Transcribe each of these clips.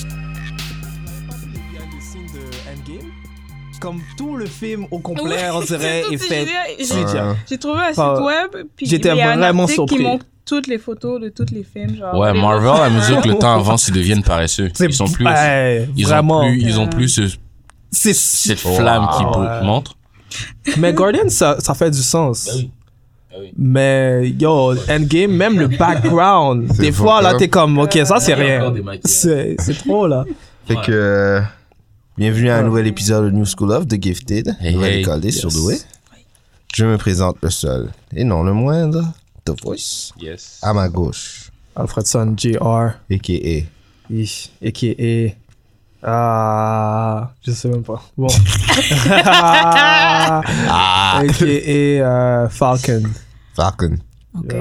Il y a des signes de Endgame. Comme tout le film au complet, on dirait, Surtout est si fait. j'ai- j'ai- C'est bien. J'ai trouvé un Enfin, site web, puis j'étais il y a un vraiment article surpris. qui montre toutes les photos de tous les films. Genre, Ouais, vraiment. Marvel, à mesure que le temps avance, ils deviennent paresseux. Ils sont plus, ouais, ils ben, vraiment. ont plus, ils ont plus ce- C'est cette flamme qui Wow. bou- montre. Mais Guardian, ça, ça fait du sens. Ben oui. Ben oui. Mais yo, Endgame, même le background, des fois là, hein. fucked up. t'es comme, ok, ça c'est rien. C'est C'est c'est trop là. Fait que. euh, Bienvenue à un nouvel épisode de New School of The Gifted, Hey, nouvelle hey. école des Yes. surdoués. Je me présente le seul, et non le moindre, The Voice, yes. à ma gauche, Alfredson Jr. a.k.a. Ich, a.k.a. Ah, je sais même pas. Bon. Ah, A.k.a. euh, Falcon. Falcon. Ok.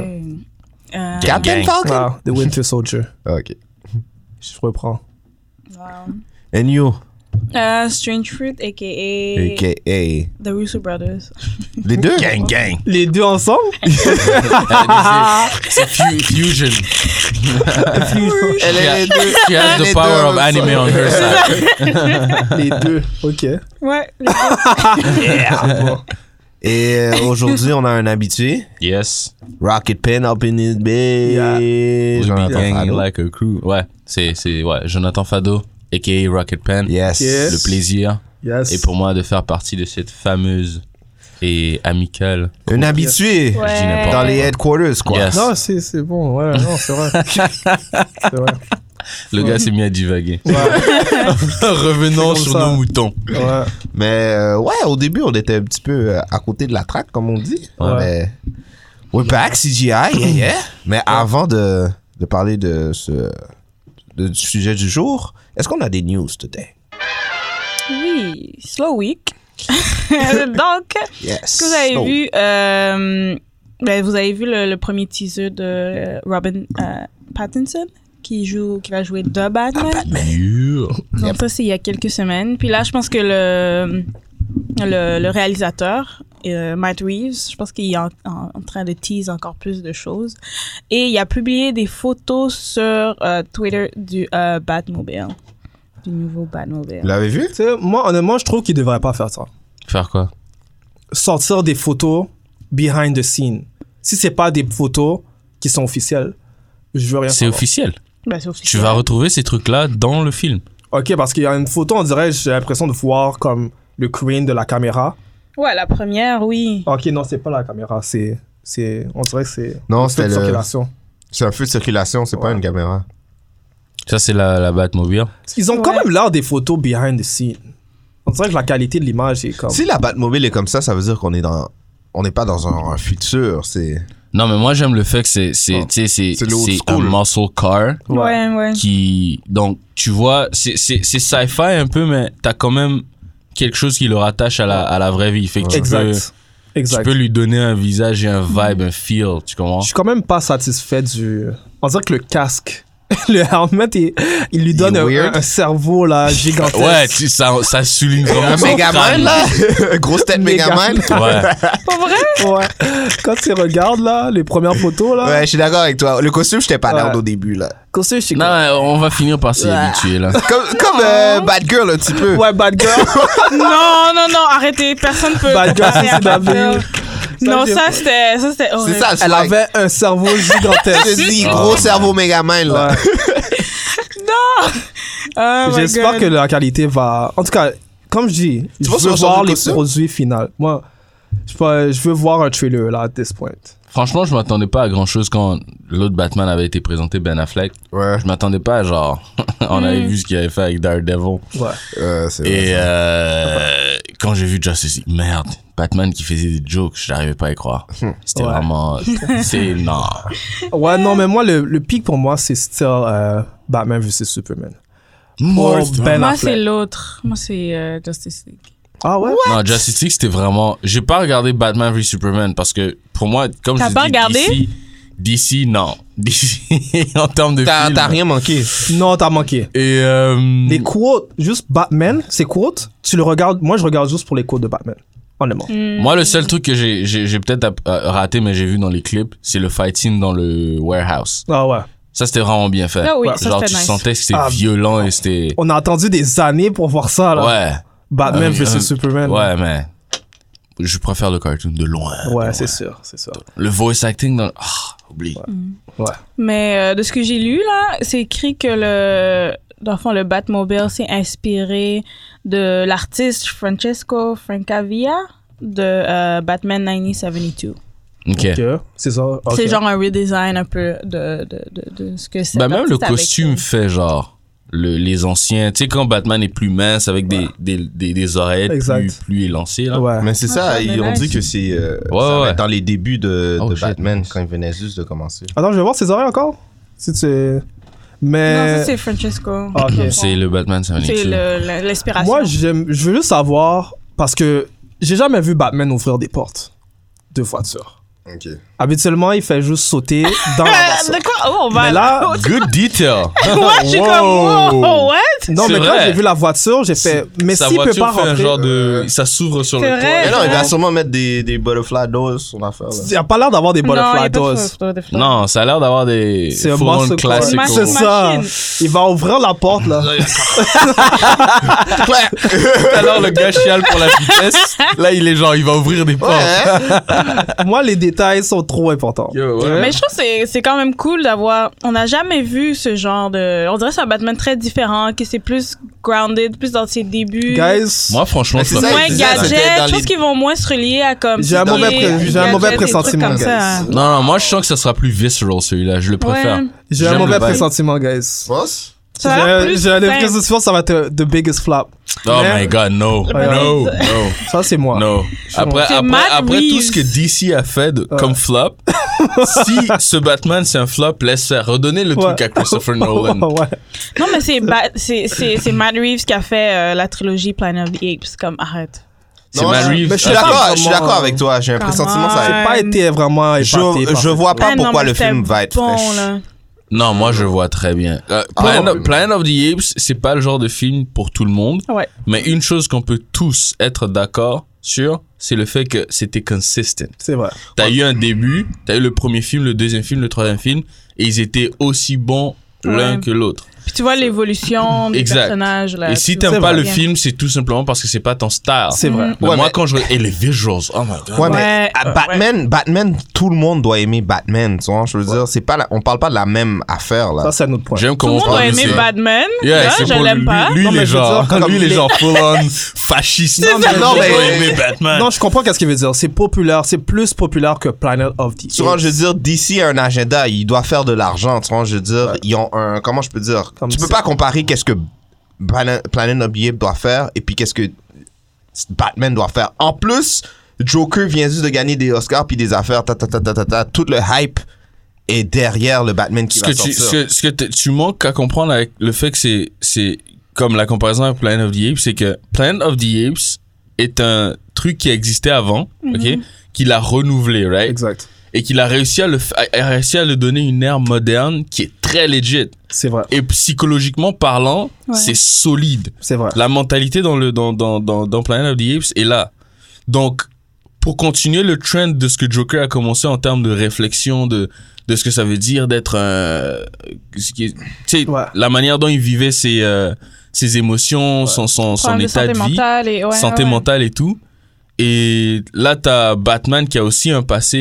Euh, Captain Wow, Ah, The Winter Soldier. Ah. Ok. Je reprends. wow. And you, Euh, Strange Fruit, a.k.a. a.k.a. The Russo Brothers. Les deux? Gang, gang. Les deux ensemble C'est fu- fusion. Elle est les deux. She has Les the deux power of ensemble. anime on her side. Les deux, ok. Ouais, les deux. Et euh, aujourd'hui, on a un habitué, Yes. Rocket Pen up in his bay. We be Jonathan ganging Fano. like a crew. Ouais, c'est, c'est, ouais. Jonathan Fado, a.k.a. Rocket Pen. Yes. Yes. Le plaisir Yes. et pour moi de faire partie de cette fameuse et amicale. Un habitué dis n'importe dans quoi. Ouais. les headquarters, quoi. Yes. Non, c'est c'est bon, ouais, non, c'est vrai. c'est vrai. Le gars s'est mis à divaguer. Ouais, Revenons C'est comme sur ça. nos moutons. ouais. Mais euh, ouais, au début, on était un petit peu euh, à côté de la traque, comme on dit. Ouais. Mais we're back, CGI, yeah, yeah. Mais avant de, de parler de ce de- du sujet du jour, est-ce qu'on a des news today? Oui, slow week. Donc, est-ce Yes. que vous avez Oh. vu, euh, ben, vous avez vu le, le premier teaser de euh, Robin euh, Pattinson qui joue, qui va jouer The Batman. Donc ça, c'est il y a quelques semaines. Puis là, je pense que le, le, le réalisateur, euh, Matt Reeves, je pense qu'il est en, en- en train de tease encore plus de choses. Et il a publié des photos sur euh, Twitter du euh, Batmobile. Du nouveau Batmobile. Vous l'avez vu? Tu sais, Euh, moi, honnêtement, je trouve qu'il devrait pas faire ça. Faire quoi Sortir des photos behind the scene. Si c'est pas des photos qui sont officielles, je veux rien C'est savoir. officiel. Ben, c'est Tu officiel. vas retrouver ces trucs-là dans le film. Ok, parce qu'il y a une photo, on dirait, j'ai l'impression de voir comme le queen de la caméra. Ouais, la première, oui. Ok, non, c'est pas la caméra, c'est. c'est on dirait que c'est. Non, c'est c'était une le- circulation. C'est un feu de circulation, c'est pas Ouais. une caméra. Ça, c'est la, la Batmobile. Ils ont quand Ouais. même l'air des photos behind the scene. On dirait que la qualité de l'image est comme. Si la Batmobile est comme ça, ça veut dire qu'on est dans. On n'est pas dans un, un futur, c'est. Non, mais moi, j'aime le fait que c'est, c'est, Oh. tu sais, c'est, C'est le old c'est un school. muscle car Ouais, ouais. qui, donc, tu vois, c'est, c'est, c'est sci-fi un peu, mais t'as quand même quelque chose qui le rattache à la, à la vraie vie. Fait que tu peux, Exact. Exact. tu peux lui donner un visage et un vibe, un feel, tu comprends? Je suis quand même pas satisfait du. On dirait que le casque, le helmet, il, il lui donne Il est un, weird. un cerveau là, gigantesque. Ouais, tu, ça, ça souligne vraiment son crâne. Megaman, là Grosse tête Megaman Ouais. Pas vrai? Ouais. Quand tu regardes là, les premières photos là, Ouais, je suis d'accord avec toi. Le costume, j'étais pas Ouais. down au début, là. quand c'est chez Non, mais on va finir par s'y habituer, là. Comme, comme euh, Batgirl, un petit peu. Ouais, bad girl. non, non, non, arrêtez. Personne peut. Bad girl, Bah, c'est comparer à de la Batgirl. vie. Non, j'ai- ça, c'était. Ça, c'était C'est horrible. ça, le Elle swag. avait un cerveau Je gigantesque. te Ah. dis, gros cerveau Megaman, là. Ouais. Oh my J'espère God. que la qualité va. En tout cas, comme je dis, je vois ce veux que je sens voir du les costume? produits finaux. Moi, je veux, je veux voir un trailer là, à this point. Franchement, je m'attendais pas à grand chose quand l'autre Batman avait été présenté, Ben Affleck. Ouais, Je m'attendais pas à Hmm. genre, on avait vu ce qu'il avait fait avec Daredevil. Ouais. euh, c'est vrai. Et euh, quand j'ai vu Justice League, merde, Batman qui faisait des jokes, j'arrivais pas à y croire. Hmm. C'était Ouais. vraiment. C'est. Non. Ouais, non, mais moi, le, le pic pour moi, c'est still euh, Batman vs Superman. Moi, Pour Ben Moi, Affleck. c'est l'autre. Moi, c'est euh, Justice League. Ah ouais? Non, Justice League, c'était vraiment. J'ai pas regardé Batman vs Superman parce que pour moi, comme je T'as dis, pas regardé? DC, DC, non. DC, en termes de. T'as film. t'as rien manqué. Non, t'as manqué. Et. euh, Les quotes, juste Batman, ces quotes, tu le regardes. Moi, je regarde juste pour les quotes de Batman. Honnêtement. Mm. Moi, le seul truc que j'ai- j'ai j'ai peut-être app- euh, raté, mais j'ai vu dans les clips, c'est le fighting dans le warehouse. Ah ouais. Ça, c'était vraiment bien fait. Ah oui, ça, Genre, c'était tu nice. sentais que c'était Ah, violent et c'était. On a attendu des années pour voir ça, là. Ouais. Batman Euh, vs euh, Superman. Ouais, mais. Je préfère le cartoon de loin. Ouais, c'est sûr, c'est sûr. Le voice acting dans. Ah, oublie. Ouais. Mais euh, de ce que j'ai lu, là, c'est écrit que le. Dans le fond, le Batmobile s'est inspiré de l'artiste Francesco Francavilla de euh, Batman 1972. Ok. Ok, C'est ça. ok. C'est genre un redesign un peu de, de, de, de ce que c'est. Bah, même le euh, costume fait genre. le- les anciens. Tu sais, quand Batman est plus mince avec des, des, des, des oreillettes plus, Exact. plus élancées, là. Ouais. Mais c'est Ah, ça, ça, ils mais ont nice. dit que c'est euh, Ouais, ça va ouais. être dans les débuts de, Oh, de shit. Batman quand il venait juste de commencer. Attends, je vais voir ses oreilles encore. Si tu. Non, Mais. ça, c'est Francesco. Ah, ok. C'est le Batman 72. C'est le- le- l'inspiration. Moi, j'aime- je veux juste savoir, parce que j'ai jamais vu Batman ouvrir des portes de voiture. Ok. Habituellement, il fait juste sauter dans la voiture. Euh, de quoi? Oh, on va. Mais là, Good detail. Moi, je suis comme, Wow. oh, what? non, C'est mais quand vrai. j'ai vu la voiture, j'ai fait, mais Sa s'il peut voiture pas fait un rentrer, genre de. Ça s'ouvre sur le C'est vrai. Mais non, il toit. va sûrement mettre des, des butterfly doors sur l'affaire. là. il a pas l'air d'avoir des Non, y a butterfly pas de doors. photo de fleurs. Non, ça a l'air d'avoir des. C'est un full-on muscle car. classical. C'est ça. Il va ouvrir la porte, là. Alors le gars chiale pour la vitesse. Là, il est genre, il va ouvrir des portes. Ouais, hein? Moi, les détails sont trop importants. Yo, ouais. Mais je trouve que c'est- c'est quand même cool d'avoir. On n'a jamais vu ce genre de. On dirait que c'est un Batman très différent, qui c'est plus grounded, plus dans ses débuts. Guys, Moi, franchement, Mais je c'est ça, préfère- moins c'est ça, gadget. c'était dans Je pense les- qu'ils vont moins se relier à comme. J'ai un tout ce mauvais qui est pré- j'ai un mauvais gadget, des trucs pressentiment, comme ça. hein. guys. Non, non, moi, je sens que ça sera plus visceral celui-là. Je le préfère. Ouais. j'ai j'aime un le mauvais vibe. pressentiment, guys. Tu penses? Ça a l'air J'ai- plus J'ai simple. l'impression que ça va être the biggest flop. Oh Mais- my god, no. Ouais. No, no. Ça, c'est moi. No. Après, C'est après, Matt après tout Reeves. ce que DC a fait de- comme flop, si ce Batman c'est un flop, laisse faire. Redonnez le truc Ouais. à Christopher Nolan. ouais. Non, mais c'est Bat- c'est- c'est c'est Matt Reeves qui a fait euh, la trilogie Planet of the Apes. Comme, arrête. C'est Non, Matt je- Reeves. mais je suis Ah, d'accord, c'est je suis vraiment- d'accord avec toi. J'ai un Come pressentiment que ça on. va J'ai pas été vraiment être- épaté Je, par je ça. vois pas Ah non, pourquoi mais le film c'était va être bon, fresh. là. Non, moi je vois très bien. Euh, Planet, Ah. of, Planet of the Apes, c'est pas le genre de film pour tout le monde, Ouais. mais une chose qu'on peut tous être d'accord sur, c'est le fait que c'était consistent. C'est vrai. T'as eu un début, t'as eu le premier film, le deuxième film, le troisième film, et ils étaient aussi bons l'un Ouais. que l'autre. Puis tu vois l'évolution des Exact. personnages. Là, Et si tout. t'aimes C'est pas vrai. le film, c'est tout simplement parce que c'est pas ton star. C'est vrai. Mais Ouais, moi mais- quand je et les visuals, oh my god. Ouais, mais Ouais, à ouais. Batman, Batman, tout le monde doit aimer Batman, tu vois. Je veux dire, c'est pas la- on parle pas de la même affaire là. Ça, c'est un autre point. J'aime Tout le comment monde on parle doit de aimer ça. Batman. Yeah, Là, c'est je pour l'aime lui- pas. Lui, Non, il mais est je veux genre, dire, comme lui, il est les- genre full on fasciste. Non, mais- Non, mais- Il doit aimer Batman. Non, je comprends qu'est-ce qu'il veut dire. C'est populaire, c'est plus populaire que Planet of the Tu vois, Apes. je veux dire, DC a un agenda, il doit faire de l'argent, tu vois, je veux dire, ils ont un, comment je peux dire, Comme tu peux ça. pas comparer qu'est-ce que Bana- Planet of the Apes doit faire et puis qu'est-ce que Batman doit faire. En plus, Joker vient juste de gagner des Oscars puis des affaires, ta ta ta ta ta ta, tout le hype est derrière le Batman qui ce va que tu sortir. ce que, ce que t- tu manques à comprendre avec le fait que c'est c'est comme la comparaison avec Planet of the Apes c'est que Planet of the Apes est un truc qui existait avant ok qu'il a renouvelé right Exact. et qu'il a réussi à le f- a- a réussi à le donner une ère moderne qui est très legit C'est vrai. et psychologiquement parlant Ouais. c'est solide C'est vrai. la mentalité dans le dans dans dans, dans Planet of the Apes est là donc pour continuer le trend de ce que Joker a commencé en termes de réflexion de de ce que ça veut dire d'être un ce qui est- tu sais Ouais. la manière dont il vivait ses euh, ses émotions son son son Problème de état de, santé vie mentale et ouais, santé ouais. mentale et tout et là t'as Batman qui a aussi un passé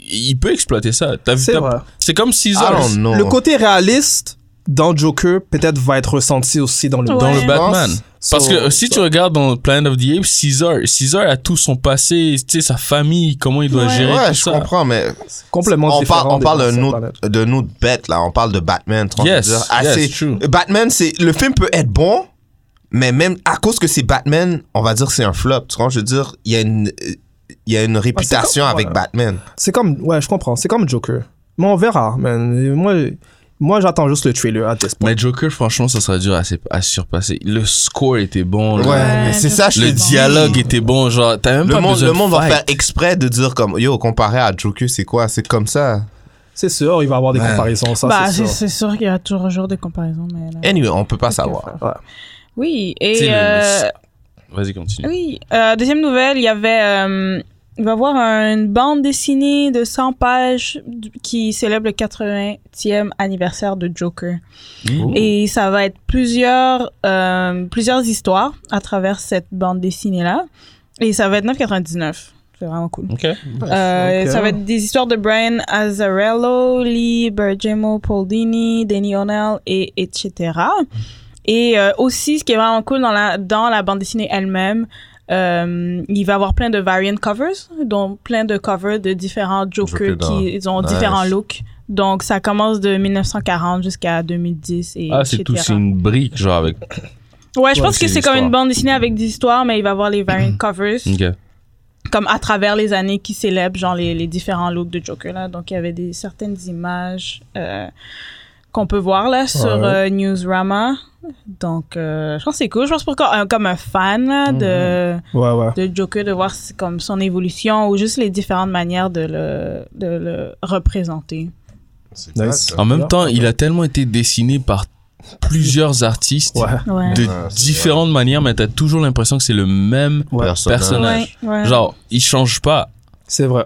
il peut exploiter ça T'as vu- C'est t'as- vrai. c'est comme I Caesar don't know. Le côté réaliste dans Joker peut-être va être ressenti aussi dans le Ouais. dans Je le Batman pense. Parce So- bah, que euh, si tu regardes dans Planet of the Apes, Caesar, Caesar a tout son passé, tu sais, sa famille, comment il doit Ouais. gérer Ouais, tout je ça. comprends, mais c'est complètement on parle, différent on des parle d'un personnes autre, planètes. d'un autre bête, là. On parle de Batman. tu vois, Yes, je veux dire, yes, assez- true. Batman, c'est, le film peut être bon, Mais même à cause que c'est Batman, on va dire que c'est un flop. Tu comprends? Je veux dire, il y a une, il y a une réputation comme- avec ouais. Batman. C'est comme, ouais, je comprends. C'est comme Joker. Mais on verra, man. Moi, moi j'attends juste le trailer à this point. Mais Joker, franchement, ça sera dur à, se- à surpasser. Le score était bon. Ouais, le- mais c'est je ça, je Le te dis. dialogue était bon. Genre, t'as même Le pas monde, besoin le de monde va fight. faire exprès de dire comme yo comparé à Joker c'est quoi c'est comme ça C'est sûr, il va y avoir des Ouais. comparaisons, ça, bah, c'est c'est sûr. c'est sûr qu'il y a toujours un jour de comparaison, mais là- anyway on peut pas savoir Oui, Tu et... sais, Eh, le- euh, le- Vas-y, continue. Oui, euh, deuxième nouvelle, il y avait... euh, il va y avoir une bande dessinée de 100 pages du- qui célèbre le 80e anniversaire de Joker. Ouh. Et ça va être plusieurs, euh, plusieurs histoires à travers cette bande dessinée-là. Et ça va être 9,99. C'est vraiment cool. Ok. Euh, ok. Ça va être des histoires de Brian Azzarello, Lee Bergemo, Paul Dini, Danny O'Neill, et etc. Et euh, aussi, ce qui est vraiment cool dans la, dans la bande dessinée elle-même, euh, il va y avoir plein de variant covers, dont plein de covers de différents Jokers Joker dans- qui ils ont Nice. différents looks. Donc, ça commence de 1940 jusqu'à 2010. Et Ah, c'est etc. tout, c'est une brique, genre avec. Ouais, je Ouais, pense que c'est c'est comme l'histoire. une bande dessinée avec des histoires, mais il va y avoir les Mhm. variant covers Ok. comme à travers les années qui célèbrent genre les, les différents looks de Joker là. Donc il y avait des certaines images euh, qu'on peut voir là sur euh, Newsrama. Donc euh, je pense que c'est cool. Je pense pour co- un- comme un fan là, Mm-hmm. de Ouais, ouais. de Joker de voir si- comme son évolution ou juste les différentes manières de le de le représenter. Nice. En même Ouais. temps, il a tellement été dessiné par plusieurs artistes Ouais. Ouais. de Ouais, Ah, c'est différentes manières, mais t'as toujours l'impression que c'est le même Ouais. Personnage. Ouais, personnage. ouais. Genre, il change pas. C'est vrai.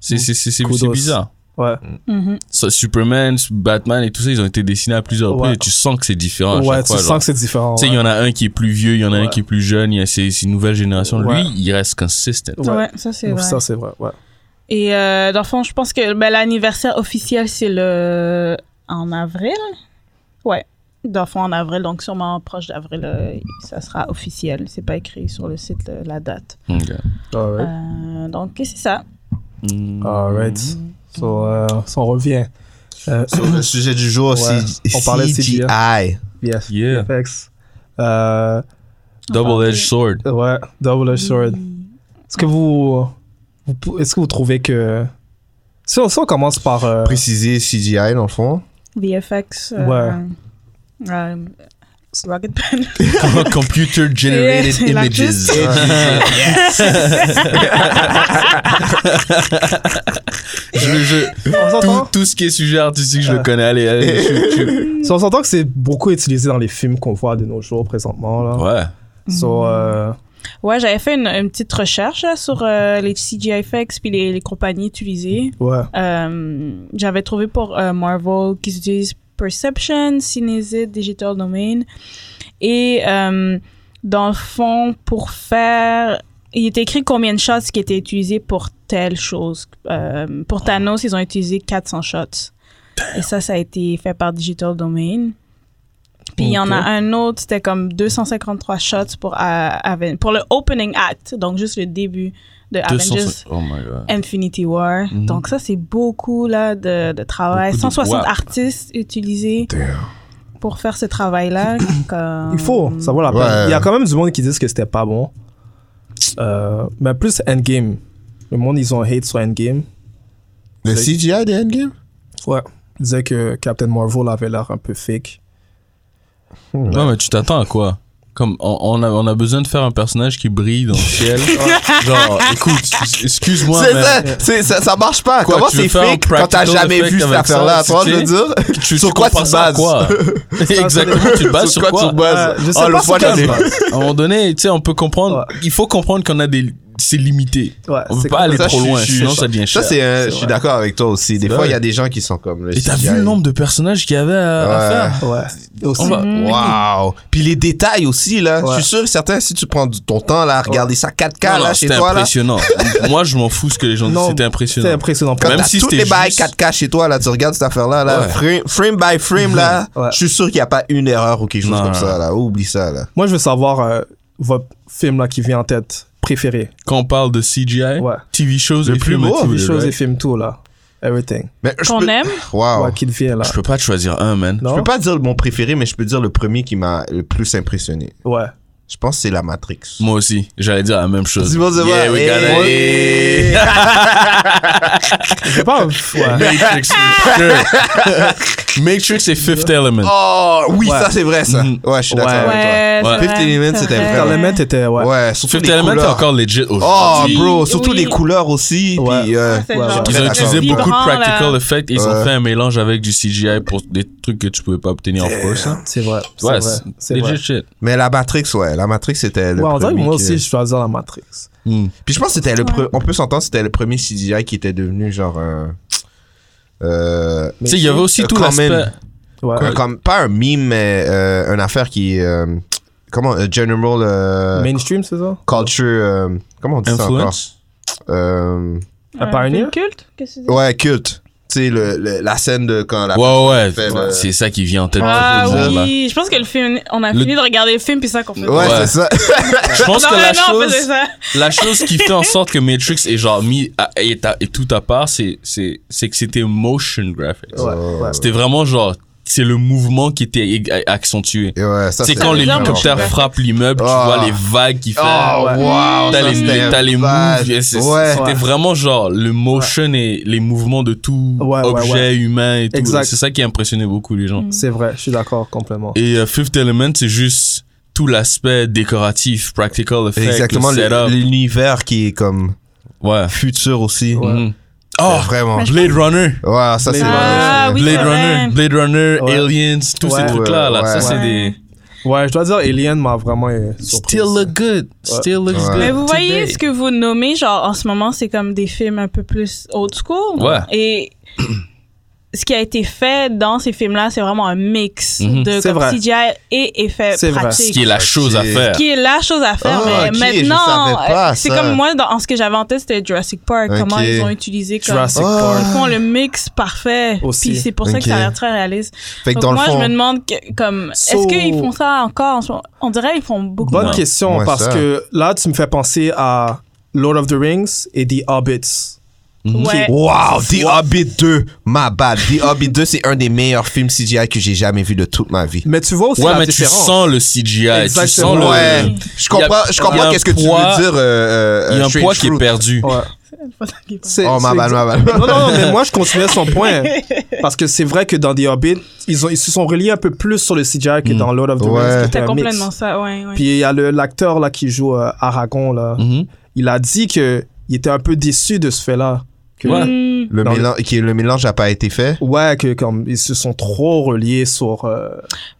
C'est c'est- c'est- c'est- c'est Kudos. bizarre. Ouais. Mhm. Ça, Superman, Batman et tout ça, ils ont été dessinés à plusieurs Ouais. reprises et tu sens que c'est différent à ouais, chaque tu fois. sens genre. que c'est différent. Tu sais, il y ouais. en a un qui est plus vieux, il y en a un Ouais. qui est plus jeune, il y a ces, ces nouvelles générations. Ouais. Lui, il reste consistent. Ouais. Ouais, ça c'est Donc vrai. Ça, c'est vrai. Ouais. Et euh, dans le fond, je pense que ben, l'anniversaire officiel, c'est le... en avril. Ouais. Dans le fond, en avril, donc sûrement proche d'avril, euh, ça sera officiel. C'est pas écrit sur le site euh, la date. Ok. Alright. Euh, donc, c'est ça. Mm. Euh, Alright. mm. So, euh, so, on revient. Euh, Sur le sujet du jour Ouais. c'est On parlait de CGI. CGI yes. Yeah. FX. Euh, Double-edged sword. ouais, Double Edge Sword. Est-ce que vous, vous pou- est-ce que vous trouvez que si on, si on commence par euh, préciser CGI dans le fond VFX. euh, euh, Rocket Pen. Computer generated Yeah, la images. je, je- on tout, s'entend, tout ce qui est sujet artistique, je le connais. Allez, allez. je- je- Mm. si on s'entend que c'est beaucoup utilisé dans les films qu'on voit de nos jours présentement là. Ouais. So, euh, Ouais, j'avais fait une, une petite recherche là, sur euh, les CGI effects puis les- les compagnies utilisées. ouais, Euh, j'avais trouvé pour euh, Marvel qui utilise Perception, Synesthete, Digital Domain. Et euh, dans le fond, pour faire. Il était écrit combien de shots qui étaient utilisés pour telle chose. Euh, pour Thanos, ils ont utilisé 400 shots. Et ça, ça a été fait par Digital Domain. Puis il y en Ok. a un autre, c'était comme 253 shots pour, euh, Aven- pour le opening act, donc juste le début de 200 Avengers Oh my god. Infinity War. Mhm. Donc ça, c'est beaucoup là, de, de travail. Beaucoup de 160 boîtes. artistes utilisés pour faire ce travail-là. Comme- il faut, ça vaut la peine. Ouais. Il y a quand même du monde qui disent que c'était pas bon, Euh, mais plus Endgame, le monde ils ont hate sur Endgame. le C'est- CGI de Endgame Ouais, ils disaient que Captain Marvel avait l'air un peu fake. Mm. Ouais, mais tu t'attends à quoi comme on, on a, on a besoin de faire un personnage qui brille dans le ciel. Genre, écoute, excuse-moi, c'est mais euh, ça, c'est- ça ça marche pas Quoi, comment tu veux c'est faire un fake quand t'as practical jamais effect vu cette avec affaire ça, là tu vois tu je veux dire tu, Sur tu quoi compares tu ça à bases? quoi Exactement, tu te bases sur quoi, Ah, tu bases Ouais, Euh, je sais Oh, le pas sur point quoi de je la- base. À un moment donné, tu sais, on peut comprendre, Ouais. il faut comprendre qu'on a des, c'est limité. Ouais, On peut c'est pas aller Ça, trop je suis- loin, je suis- sinon ça devient ça cher. c'est un- je suis d'accord avec toi aussi des C'est fois il y vrai. a des gens qui sont comme le Et t'as vu CGI. le nombre de personnages qu'il y avait à, à Ouais. Mmh. faire Ouais. Et aussi- On va- Wow! Puis les détails aussi, là. Ouais. Je suis sûr et certain, si tu prends du- ton temps, là, à regarder ça 4K, Non, non, là, chez C'était toi, là. impressionnant. Moi, je m'en fous ce que les gens disent. Non, C'était impressionnant. C'était impressionnant. Quand Même t'as si toutes c'était les bails juste- 4K chez toi, là, tu regardes cette affaire-là, là, Ouais. frame, frame by frame, là, Ouais. je suis sûr qu'il n'y a pas une erreur ou quelque chose Non, comme non, ça, là. Oublie ça, là. Moi, je veux savoir euh, votre film là qui vient en tête préféré. Quand on parle de CGI, Ouais. TV shows Le et plus films, beau, tu Les veux, choses et right? films tout là. Everything. Mais je Qu'on peux- aime? Wow. Ouais, qui devient là. Je peux pas te choisir un, man. Je Non? peux pas dire mon préféré, mais je peux dire le premier qui m'a le plus impressionné. Ouais. Je pense que c'est la Matrix. Moi aussi, j'allais dire la même chose. C'est bon, c'est bon. Yeah, we gotta- Hey. Yeah. Je sais pas. Ouais. Matrix, for sure. Matrix et Fifth Element. Oh, oui, Ouais. ça c'est vrai ça. Mhm. Ouais, je suis d'accord Ouais. avec Ouais, Ouais. c'est vrai, Fifth Element, c'est c'était vrai. vraiment- Element était, ouais. toi. Ouais, surtout Fifth les Element, c'est couleurs. encore legit Oh, aujourd'hui. bro, surtout Oui. les couleurs aussi. Ouais. Puis, euh, Ça, c'est Ouais, genre- ouais. Ils Très ont d'accord. utilisé Vibrant, beaucoup de practical là. effects. Ils ont Ouais. fait un mélange avec du CGI pour des trucs que tu pouvais pas obtenir en course. hein. C'est vrai. C'est vrai. Ouais, c'est C'est vrai. legit shit. mais la Matrix, ouais, la Matrix c'était le euh. Ouais, on dirait que premier. moi qui- aussi, je choisis la Matrix. Hmm. Puis je pense que c'était le pre- on peut s'entendre, c'était le premier CGI qui était devenu genre un euh, Tu sais, il y avait aussi Euh, tout quand l'aspect. même. Ouais. Euh, un- comme pas un meme mais euh, une affaire qui euh, comment euh, general euh, Mainstream, c'est ça? culture euh, comment on dit Influence. ça encore Euh, Un Ouais, pioneer? film culte? Qu'est-ce que c'est? ouais culte tu sais le, le- la scène de quand la Ouais, ouais. fait le- C'est ça qui vient en tête. Ah tout le monde, là. oui, je pense que le film, on a Le- fini de regarder le film, puis ça qu'on fait. ouais, Ouais. c'est ça Je pense non, que non, la non, on chose. faisait ça. La chose qui fait en sorte que Matrix est genre mis à, est à- est tout à part, c'est, c'est, c'est que c'était motion graphics. Ouais, ouais. C'était vraiment genre, c'est le mouvement qui était ig- accentué. Et ouais, ça c'est quand les bizarre, l'hélicoptère motion frappe l'immeuble, tu Ah. vois les vagues qui fait. Oh, Ouais. wow! T'as ça, les, c'était t'as les vague. moves, et c'est- Ouais. c'était Ouais. vraiment genre le motion et les mouvements de tout Ouais, ouais, objet ouais. humain et tout. Exact. C'est ça qui a impressionné beaucoup les gens. Mm. C'est vrai, je suis d'accord complètement. Et euh, Fifth Element, c'est juste tout l'aspect décoratif, practical effect, Exactement, le le- setup. l'univers qui est comme Ouais. futur aussi. Mhm. Oh, Oh, vraiment. Blade Runner. Ouais, ça c'est Ah, vraiment- oui. Blade c'est Runner, vrai. Blade Runner, Ouais. Aliens, tous Ouais. ces trucs-là, là, ça Ouais. c'est Ouais. des... Ouais, je dois dire, Alien m'a vraiment euh, surpris. Still look good, still looks Ouais. good Mais vous voyez today. ce que vous nommez, genre en ce moment, c'est comme des films un peu plus old school. Ouais. Et ce qui a été fait dans ces films-là, c'est vraiment un mix Mhm. de C'est comme vrai. CGI et effets C'est vrai. pratiques. Ce qui est la chose à Ok. faire. qui est la chose à faire. Ah, mais ok, je maintenant, savais pas euh, c'est ça. comme moi, dans, en ce que j'avais en tête, c'était Jurassic Park. Ok. Comment ils ont utilisé comme. Jurassic Ah! Oh. Ils Park. font le mix parfait. Aussi. Puis c'est pour ça Ok. que ça a l'air très réaliste. Fait que Donc dans le moi, je me fond, demande, que- comme, So- est-ce qu'ils font ça encore en ce moment? On dirait qu'ils font beaucoup. Bonne Non. question, Ouais, parce ça. que là, tu me fais penser à Lord of the Rings et The Hobbits. Ouais. wow, The Hobbit 2, my bad. The Hobbit 2, c'est un des meilleurs films CGI que j'ai jamais vu de toute ma vie. Mais tu vois aussi Ouais, la mais tu différence. sens le CGI, tu Exactement. sens le... Ouais, Oui. je comprends, Il y a- je il y a comprends un qu'est-ce que tu veux poids- dire. euh, euh, Il y a un straight poids qui est through. perdu. Ouais. C'est- Oh, c'est ma bad, exact- ma bad. Non, non, non, mais moi, je continuais son point. Parce que c'est vrai que dans The Hobbit, ils, ont, ils se sont reliés un peu plus sur le CGI Hmm. que dans Lord of the Ouais. Rings. qui était C'était un mix. complètement ça, ouais, ouais. Puis il y a le- l'acteur là qui joue euh, Aragon là. Mhm. Il a dit que il était un peu déçu de ce fait-là. Que, Ouais. Mm. Le Dans le- mélange, qui, le mélange n'a pas été fait. Ouais, que comme ils se sont trop reliés sur. euh,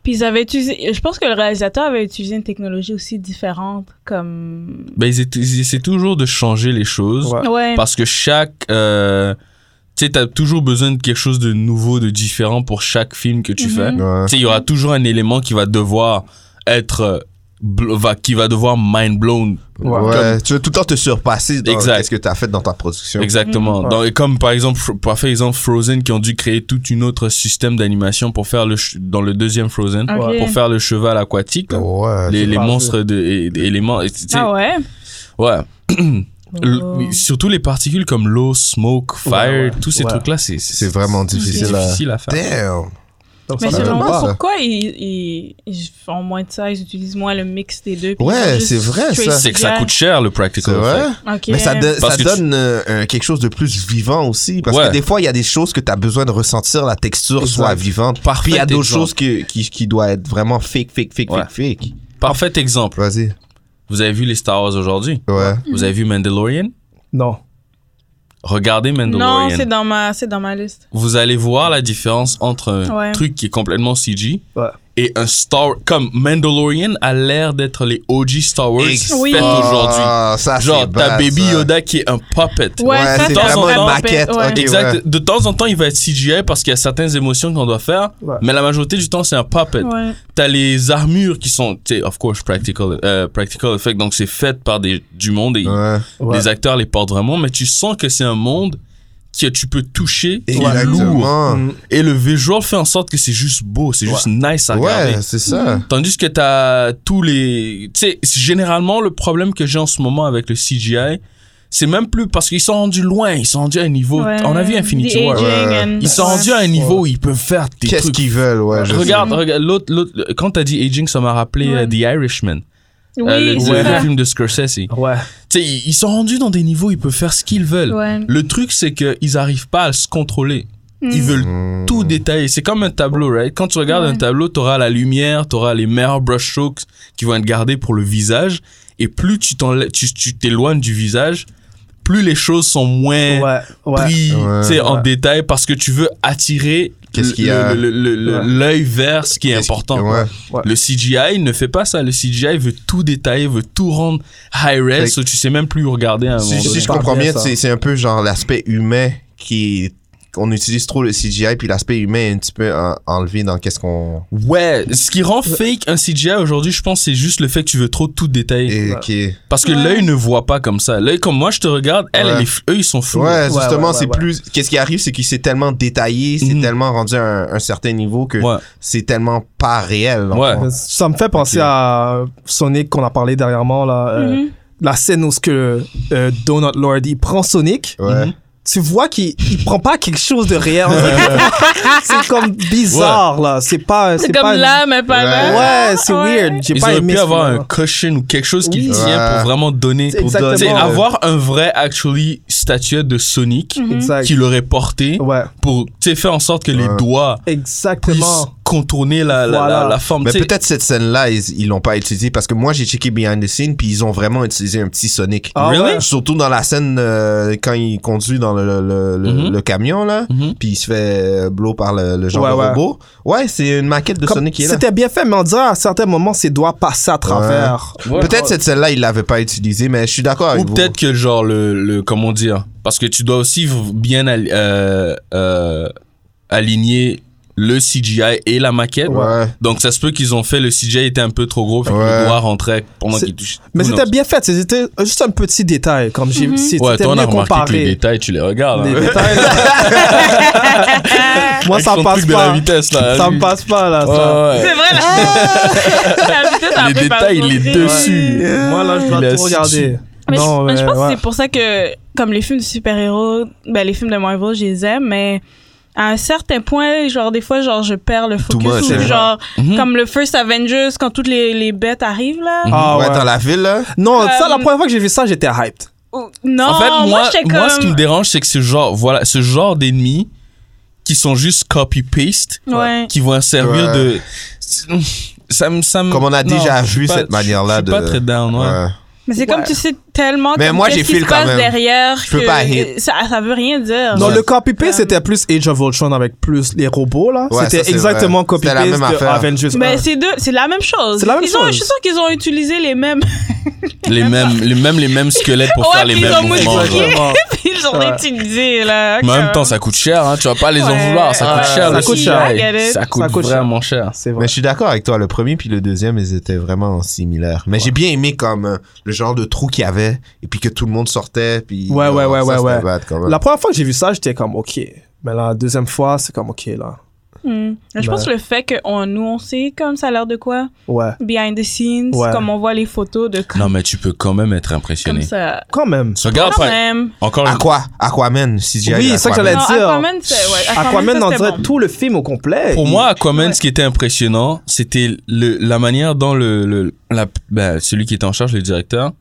Puis ils avaient utilisé, je pense que le réalisateur avait utilisé une technologie aussi différente, comme. Ben, ils, étaient- ils essaient toujours de changer les choses. ouais. Ouais. Parce que chaque... euh, tu sais, t'as toujours besoin de quelque chose de nouveau, de différent pour chaque film que tu Mhm. fais. Ouais. Tu sais, il y aura toujours un élément qui va devoir être euh, bl- va- qui va devoir mind blown Ouais. Ouais, tu veux tout le temps te surpasser dans Exact. ce que tu as fait dans ta production. exactement Mhm. Dans- et comme par exemple Fro- par fait, exemple Frozen qui ont dû créer tout une autre système d'animation pour faire le ch- dans le deuxième Frozen Ok. pour faire le cheval aquatique là. Ouais. les, c'est les pas monstres de et- et les mon- et tu sais, Ah ouais? ouais Le- Oh. mais surtout les particules comme l'eau smoke fire Ouais, ouais. tous ces Ouais. trucs là c'est C'est vraiment c'est difficile à. difficile à faire Damn! Donc, Mais ça me selon donne pas, moi, ça. pourquoi ils, ils- ils font moins de ça? Ils utilisent moins le mix des deux. puis Ouais, ils font juste c'est vrai, straight ça. c'est que ça coûte cher le C'est practical vrai? effect. Ok. Mais ça, do- Parce ça que tu- donne euh, euh, quelque chose de plus vivant aussi. Parce Ouais. que des fois, il y a des choses que tu as besoin de ressentir, la texture Exact. soit vivante. Parfait Puis il y a d'autres exemple. choses que- qui, qui doivent être vraiment fake, fake, fake, Ouais. fake, fake. parfait exemple Vas-y. vous avez vu les Star Wars aujourd'hui Mm-hmm. Ouais. vous avez vu Mandalorian Non. regardez Mandalorian Non, c'est dans ma, c'est dans ma liste. vous allez voir la différence entre un Ouais. truc qui est complètement CG Ouais. et un Star comme Mandalorian a l'air d'être les OG Star Wars Ex- Oui. faites aujourd'hui. Ah, ça, Genre c'est ta bad, baby ça. Yoda qui est un puppet. Ouais, ça, c'est c'est vraiment une vraiment maquette. bête, ouais. Ok, Exact. ouais. De temps en temps, il va être CGI parce qu'il y a certaines émotions qu'on doit faire, Ouais. mais la majorité du temps, c'est un puppet. Ouais. T'as les armures qui sont, tu sais, of course, practical, euh, practical effect, donc c'est fait par des, du monde et Ouais. Ouais. les acteurs les portent vraiment, mais tu sens que c'est un monde que tu peux toucher, qui est lourd. Exactement. Mm. Et le visual fait en sorte que c'est juste beau, c'est juste nice à regarder. Ouais, c'est ça. Tandis que t'as tous les... Tu sais, c'est généralement, le problème que j'ai en ce moment avec le CGI, c'est même plus parce qu'ils sont rendus loin, ils sont rendus à un niveau. Ouais. oh, On a vu Infinity The War. euh, aging Ouais. and- Ils sont rendus à un niveau où ils peuvent faire des Qu'est-ce trucs. qu'ils veulent, ouais. je sais. Regarde, regarde l'autre, l'autre, quand t'as dit aging, ça m'a rappelé Ouais. euh, The Irishman, Oui, euh, le, c'est le ça. film de Scorsese. Ouais. Tu sais, ils ils sont rendus dans des niveaux, ils peuvent faire ce qu'ils veulent. Ouais. Le truc, c'est qu'ils arrivent pas à se contrôler. Ils veulent Mm. tout détailler. C'est comme un tableau, right? Quand tu regardes un tableau, t'auras la lumière, t'auras les meilleurs brush strokes qui vont être gardés pour le visage. Et plus tu t'enlè- tu tu t'éloignes du visage, plus les choses sont moins Ouais. Ouais. Eh. pris Ouais. tu sais, en Ouais. détail parce que tu veux attirer Qu'est-ce le- qu'il y a? le- le- le- le- l'œil vers ce qui est Qu'est-ce important. qui- ouais. Ouais. Le CGI ne fait pas ça. Le CGI veut tout détailler, veut tout rendre high Fait- res. so tu sais même plus où regarder à un moment Si, si donné. je parle comprends bien, bien, ça. c'est c'est un peu genre l'aspect humain qui. On utilise trop le CGI, puis l'aspect humain est un petit peu en- enlevé dans qu'est-ce qu'on. Ouais, ce qui rend fake un CGI aujourd'hui, je pense, c'est juste le fait que tu veux trop tout détailler. Et qui- Parce que Ouais. l'œil ne voit pas comme ça. L'œil, comme moi, je te regarde, elle, Ouais. elle est- eux, ils sont flous. Ouais, Ouais, justement, ouais, c'est ouais, plus. Qu'est-ce qui arrive, c'est qu'il s'est tellement détaillé, c'est Mhm. tellement rendu à un, un certain niveau que Ouais. c'est tellement pas réel. dans le Ouais. fond. Ça me fait penser Ok. à Sonic qu'on a parlé dernièrement, là, euh, Mhm. la scène où ce que euh, Donut Lord il prend Sonic. Mhm. Ouais. Tu vois qu'il il prend pas quelque chose de réel. euh. c'est comme bizarre là. C'est pas. C'est comme pas... là, mais pas là. Ouais, c'est weird. J'ai Ils pas auraient aimé. pu ce avoir un film-là. cushion ou quelque chose qui Oui. tient Ouais. pour vraiment donner. C'est pour exactement. donner- Ouais. avoir un vrai, actually, statuette de Sonic Exact. qui l'aurait porté Ouais. pour, tu sais, faire en sorte que Ouais. les doigts puissent Exactement. contourner la, la, Voilà. la, la forme. Mais tu sais. peut-être cette scène-là, ils, ils l'ont pas utilisée parce que moi, j'ai checké behind the scene, puis ils ont vraiment utilisé un petit Sonic. Ah Really? ouais? Surtout dans la scène euh, quand il conduit dans le, le- le- le- Mhm. le camion, là, Mhm. puis il se fait euh, blow par le, le genre Ouais, de ouais. robot. Ouais, c'est une maquette de Comme- Sonic qui est là. C'était bien fait, mais on dirait à certains moments ses doigts passaient à travers. Ouais. Peut-être cette scène-là, ils l'avaient pas utilisée, mais je suis d'accord Ou avec vous. peut-être que genre le, le comment dire parce que tu dois aussi v- bien al- euh, euh, aligner le CGI et la maquette. Ouais. Donc ça se peut qu'ils ont fait le CGI était un peu trop gros fait que Ouais. le doigt rentrait pendant C'est- qu'il touchait. Mais Who c'était knows? bien fait. C'était juste un petit détail. Comme j'ai c'était Ouais, toi on mieux a remarqué que les comparé. détails tu les regardes. Les hein. détails, là. Moi, Avec ça son passe truc de pas. la vitesse là. Ça lui. me passe pas là. Ouais, ça. ouais. C'est vrai, là. La vitesse, un Les peu détails, partout. les Ah! Ouais. dessus. Moi là, je Il a dois tout su- regarder. Mais je- Non, mais je, mais pense ouais. que c'est pour ça que, comme les films de super-héros, ben, les films de Marvel, je les aime, mais à un certain point, genre, des fois, genre, je perds le focus. much, ou hein. genre, Mhm. comme le First Avengers, quand toutes les, les bêtes arrivent, là. Ah, Ouais, ouais. dans la ville, là. Non, ça, la Euh, première fois que j'ai vu ça, j'étais hyped. Ou- Non, en fait, moi, moi, Ah, j'étais comme... ce qui me dérange, c'est que ce genre, voilà, ce genre d'ennemis qui sont juste copy-paste, Ouais. qui vont servir Ouais. de. Ça me, ça me- Comme on a déjà Mm, je suis vu pas- cette je- manière-là Je suis pas de- très down, ouais. Ouais. Mais c'est comme, tu sais, tellement... Mais comme moi, qu'est-ce j'ai qui feel se quand passe même. derrière Je peux que- pas hate. Ça, ça veut rien dire. Non, Ouais. le copy-paste, Euh, c'était plus Age of Ultron avec plus les robots, là. Ouais, ça, c'était c'est exactement vrai. C'était la copy-paste même de affaire. Avengers. Ben, 1. c'est deux, c'est la même chose. C'est la même Ils ont- chose. je suis sûre qu'ils ont utilisé les mêmes. Les mêmes, les mêmes, les mêmes squelettes pour Ouais, faire les puis ils mêmes ont mouvements. modifié. ouais. Exactement. Ils ont Ouais. utilisé, là. Mais en même comme- temps, ça coûte cher, hein. Tu vas pas les Ouais. en vouloir. Ça coûte Ouais. cher. Ça le coûte CGI. cher. I get it. Ça coûte Ça coûte vraiment cher. C'est Mais vrai. je suis d'accord avec toi. Le premier puis le deuxième, ils étaient vraiment similaires. Mais j'ai bien aimé comme euh, le genre de trou qu'il y avait et puis que tout le monde sortait. Puis, Ouais, ouais, genre, ouais, ça, ouais, c'était ouais. bad quand même. La première fois que j'ai vu ça, j'étais comme, OK. Mais la deuxième fois, c'est comme, OK, là. Hmm. Je pense que le fait que on, nous, on sait comme ça a l'air de quoi, Ouais. behind the scenes, Ouais. comme on voit les photos de comme, Non, Ah, mais tu peux quand même être comme impressionné. ça. Quand même. Regarde, Quand par- même. encore une Aqua, Aquaman, CGI. Oui, ça que j'allais Non, dire. Aquaman, c'est- ouais, Aquaman, ça, on c'était dirait bon. tout le film au complet. Pour Il- moi, Aquaman, Ouais. ce qui était impressionnant, c'était le, la manière dont le, le- la, ben, celui qui était en charge, le directeur,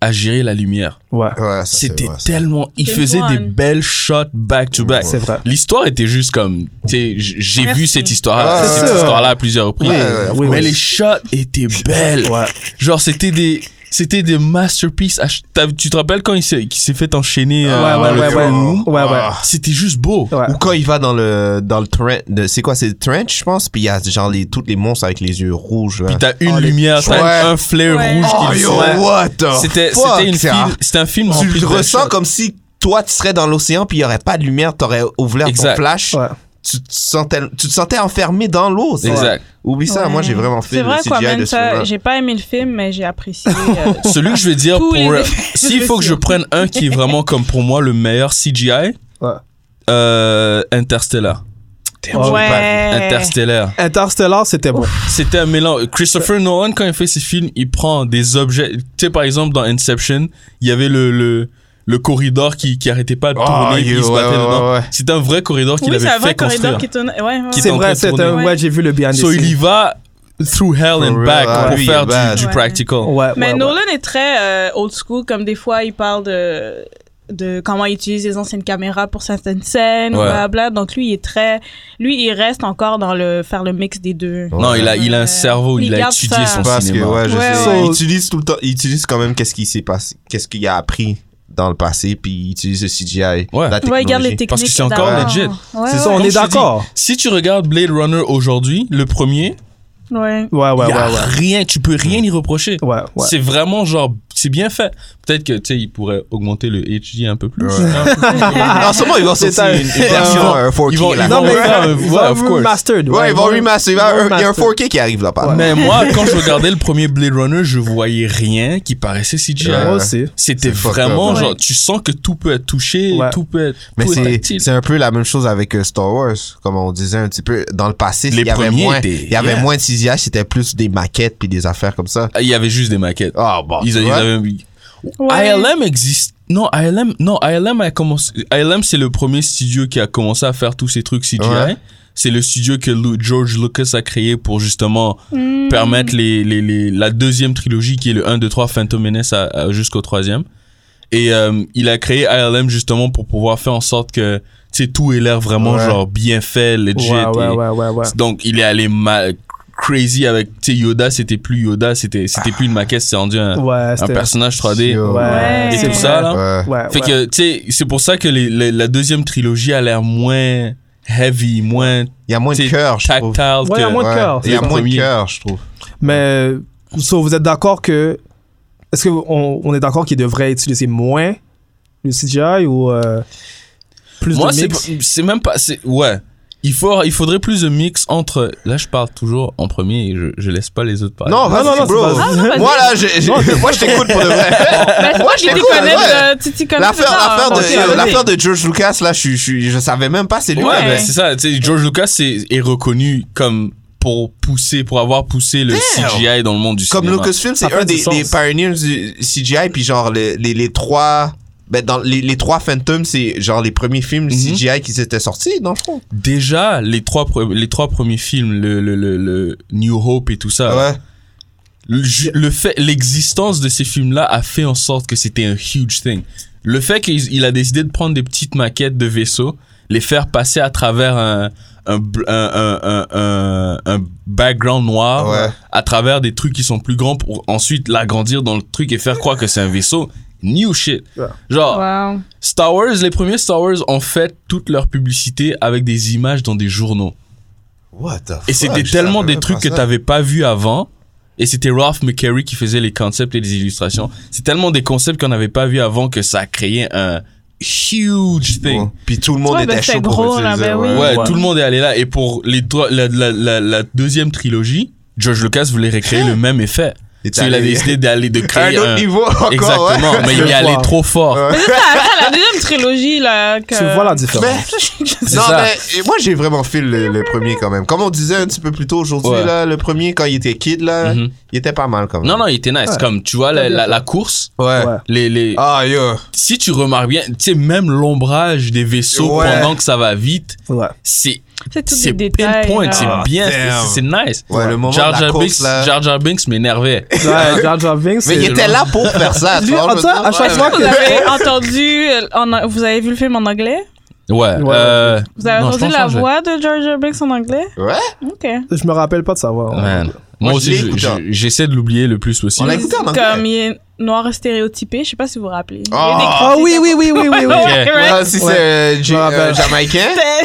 a géré la lumière. Ouais. Ouais, ça, c'est C'était vrai, ça. tellement, il James faisait des Wan. belles shots back to back. C'est vrai. L'histoire était juste comme, tu sais, j- j'ai Merci. vu cette histoire, Ouais, cette c'est ça. histoire-là à plusieurs reprises. Ouais, ouais, oui, mais oui. les shots étaient belles. Ouais. Genre, c'était des, c'était des masterpieces. Ah, je- t'as- Tu te rappelles quand il s'est, qu'il s'est fait enchaîner euh, Ouais, dans ouais, le ouais, tronc? ouais. Ouais, ouais. Ah. C'était juste beau. Ouais. Ou quand il va dans le, dans le trench. de- C'est quoi, c'est le trench, je pense? Puis il y a genre les, toutes les monstres avec les yeux rouges. là. Puis t'as une Oh, les- lumière, t'as Ouais. un flair Ouais. rouge Oh qui yo, Ouais. what the C'était fuck, c'était une c'est fil- un- c'était un film Tu rempli le de ressens shots. comme si toi, tu serais dans l'océan puis il y aurait pas de lumière, t'aurais ouvert ton Exact. flash. Ouais. tu te sentais, tu te sentais enfermé dans l'eau. ça. Exact. Oublie ça, Ouais. moi j'ai vraiment C'est fait le vrai, CGI de Aquaman, ce ça, film. j'ai pas aimé le film, mais j'ai apprécié. Oh, euh, Celui que je vais dire Tous pour les- s'il faut que je prenne un qui est vraiment comme pour moi le meilleur CGI, Ouais. euh, Interstellar. ouais. Interstellar. Interstellar, c'était bon. C'était un mélange. Christopher Nolan quand il fait ses films, il prend des objets. Tu sais par exemple dans Inception, il y avait le le le corridor qui, qui arrêtait pas de tourner, puis you- Ah, il se Ah, Oh, ouais, battait ouais, dedans. ouais. C'est un vrai corridor qu'il oui, c'est avait un vrai fait corridor construire. qui tourne. Ouais, ouais. Qui C'est en train vrai, de c'est tourner. un. Ouais, j'ai vu le behind the So il y scenes. va through hell For and real, back ouais. pour Lui, faire il est du, du bad. practical. Ouais, Mais ouais, ouais. Nolan est très euh, old school, comme des fois il parle de, de comment il utilise les anciennes caméras pour certaines scènes, Ouais. blabla. Donc lui, il est très. Lui, il reste encore dans le faire le mix des deux. Ouais. Non, il a, il a un Ouais. cerveau, il, Il a garde ça. étudié son Parce que, cinéma. ouais, je Ouais, sais. ouais. Il utilise tout le temps, il utilise quand même qu'est-ce qui s'est passé, qu'est-ce qu'il a appris dans le passé, puis il utilise le CGI, Ouais. la technologie. Ouais, il garde les techniques. Parce que c'est encore d'avant. legit. Ouais, C'est ça, on Comme est je te dis, d'accord. Si tu regardes Blade Runner aujourd'hui, le premier, ouais. Ouais, ouais, y ouais, a ouais. rien, tu peux rien y reprocher. Ouais, ouais. C'est vraiment genre, c'est bien fait. Peut-être que, tu sais, il pourrait augmenter le HD un peu plus. hein. Ouais. Ouais. Non, sûrement, il va sortir C'est une, une un- version euh, 4K. ils vont- là. ils Non, vont mais refaire un- ils ouais, vont of course. remastered. ouais, ils vont remaster. Il va- ils vont il y a un remaster. 4K qui arrive là-bas. Ouais. Mais moi, quand je regardais le premier Blade Runner, je voyais rien qui paraissait CGI. Ouais. Moi aussi. C'était C'est fucked hein. vraiment up. genre, Ouais. tu sens que tout peut être touché, Ouais. tout peut être. Mais tout est c'est tactile. c'est un peu la même chose avec euh, Star Wars, comme on disait un petit peu. Dans le passé, Les il y avait premiers moins, étaient- il y avait yeah. moins de CGI, c'était plus des maquettes puis des affaires comme ça. Il y avait juste des maquettes. Ah bon. Ils, tu ils vois? avaient. Ouais. ILM existe. Non, ILM, non, ILM a commencé. ILM, c'est le premier studio qui a commencé à faire tous ces trucs CGI. Ouais. C'est le studio que Lu- George Lucas a créé pour justement Mm. permettre les, les, les- la deuxième trilogie qui est le 1, 2, 3, Phantom Menace à- à- jusqu'au troisième. Et euh, il a créé ILM justement pour pouvoir faire en sorte que tu sais, tout ait l'air vraiment Ouais. genre bien fait, legit. Ouais, ouais, et- ouais, ouais, ouais. donc il est allé mal crazy avec tu sais Yoda c'était plus Yoda c'était c'était plus une maquette c'est rendu un, Ouais, un Ah, c'était. personnage 3D Ouais. Ouais, Et c'est tout vrai. ça, là. Ouais. Ouais, fait ouais. que tu sais c'est pour ça que les- les- la deuxième trilogie a l'air moins heavy moins Il y a moins de C'est cœur, je tactile trouve. que Ouais, il y a moins de Ouais. cœur. Il y Le a moins de premier. cœur, je trouve. Mais so, vous êtes d'accord que. Est-ce qu'on on est d'accord qu'il devrait utiliser moins le CGI ou euh, plus moi de c'est mix pas- c'est même pas c'est ouais il faut il faudrait plus de mix entre là je parle toujours en premier et je, je laisse pas les autres parler Non, vas-y, non, non, bro. c'est pas- Ah, non, vas-y. Moi, là, j'ai- j'ai- moi, je t'écoute pour de vrai. Ben, Moi, toi qui je t'y l'écoute, connais euh, ouais. de- tu t'y connais L'affaire, dedans. l'affaire ok, vas-y. de, euh, l'affaire de George Lucas, là, je, je, je, je savais même pas, c'est lui. ouais, Ouais. ben, c'est ça tu sais George Lucas est, est reconnu comme pour pousser pour avoir poussé le Damn. CGI dans le monde du Comme cinéma Lucasfilm, Ça c'est fait un du des, sens. des pioneers du CGI, puis genre les, les, les trois. Ben dans les, les trois Phantoms, c'est genre les premiers films Mhm. CGI qui s'étaient sortis, dans le fond. déjà les trois pre- les trois premiers films le le le, le New Hope et tout ça Ouais. le, ju- le fait l'existence de ces films là a fait en sorte que c'était un huge thing le fait qu'il il a décidé de prendre des petites maquettes de vaisseaux les faire passer à travers un un bl- un un, un, un- un background noir Ouais. à travers des trucs qui sont plus grands pour ensuite l'agrandir dans le truc et faire croire que c'est un vaisseau new shit Ouais. genre Wow. Star Wars, les premiers Star Wars ont fait toute leur publicité avec des images dans des journaux. What the fuck? Et c'était je tellement savais des même trucs pas que ça. t'avais pas vu avant. Et c'était Ralph McCary qui faisait les concepts et les illustrations. C'est tellement des concepts qu'on n'avait pas vu avant que ça a créé un huge thing. Ouais. Puis tout le monde Ouais, était ben, chaud c'est pour gros, là, utiliser, ben ouais. oui. Ouais, Ouais. tout le monde est allé là. Et pour les trois- la, la, la, la deuxième trilogie, George Lucas voulait recréer le même effet. Et So, il a t'allais- décidé d'aller de un créer autre un... niveau encore, ouais. Exactement, mais il est allé Ouais. trop fort. Mais c'est ça, après la deuxième trilogie, là. Que... Tu vois la différence. Mais- C'est Non, ça. mais moi, j'ai vraiment fait le, le premier quand même. Comme on disait un petit peu plus tôt aujourd'hui, Ouais. là, le premier, quand il était kid, là, Mhm. il était pas mal quand même. Non, non, il était nice. Ouais. Comme, tu vois, la, la, la course, Ouais. Ouais. les, les, Ah, yo. si tu remarques bien, tu sais, même l'ombrage des vaisseaux Ouais. pendant que ça va vite, Ouais. c'est C'est tout c'est des détails. pinpoint, là. c'est bien, c'est- Ah, damn. c'est nice. Ouais, le moment Jar de la Jar course, Binks, là. Jar Jar Binks m'énervait. Ouais, Jar Jar Binks, Mais il c'est- était là pour faire ça. tu Lui, vois, en je- ça, à chaque Ouais, fois Vous que. avez entendu, euh, en- vous avez vu le film en anglais? Ouais. Ouais. euh, Vous avez non, je entendu pense la que je- voix de George Jar Binks en anglais? Ouais. Ok. Je me rappelle pas de savoir. Man. Moi, Moi, je aussi, l'ai je- écouté. je- j'essaie de l'oublier le plus On possible. l'a écouté en anglais. Comme il est noir stéréotypé, je sais pas si vous vous rappelez. Il y a eu Oh. des critiques Ah oui, oui, oui, oui, oui, oui. Ouais, Ok. ouais. Ouais, si Ouais. c'est euh, J- Je me rappelle. euh, Jamaïcain. Ouais.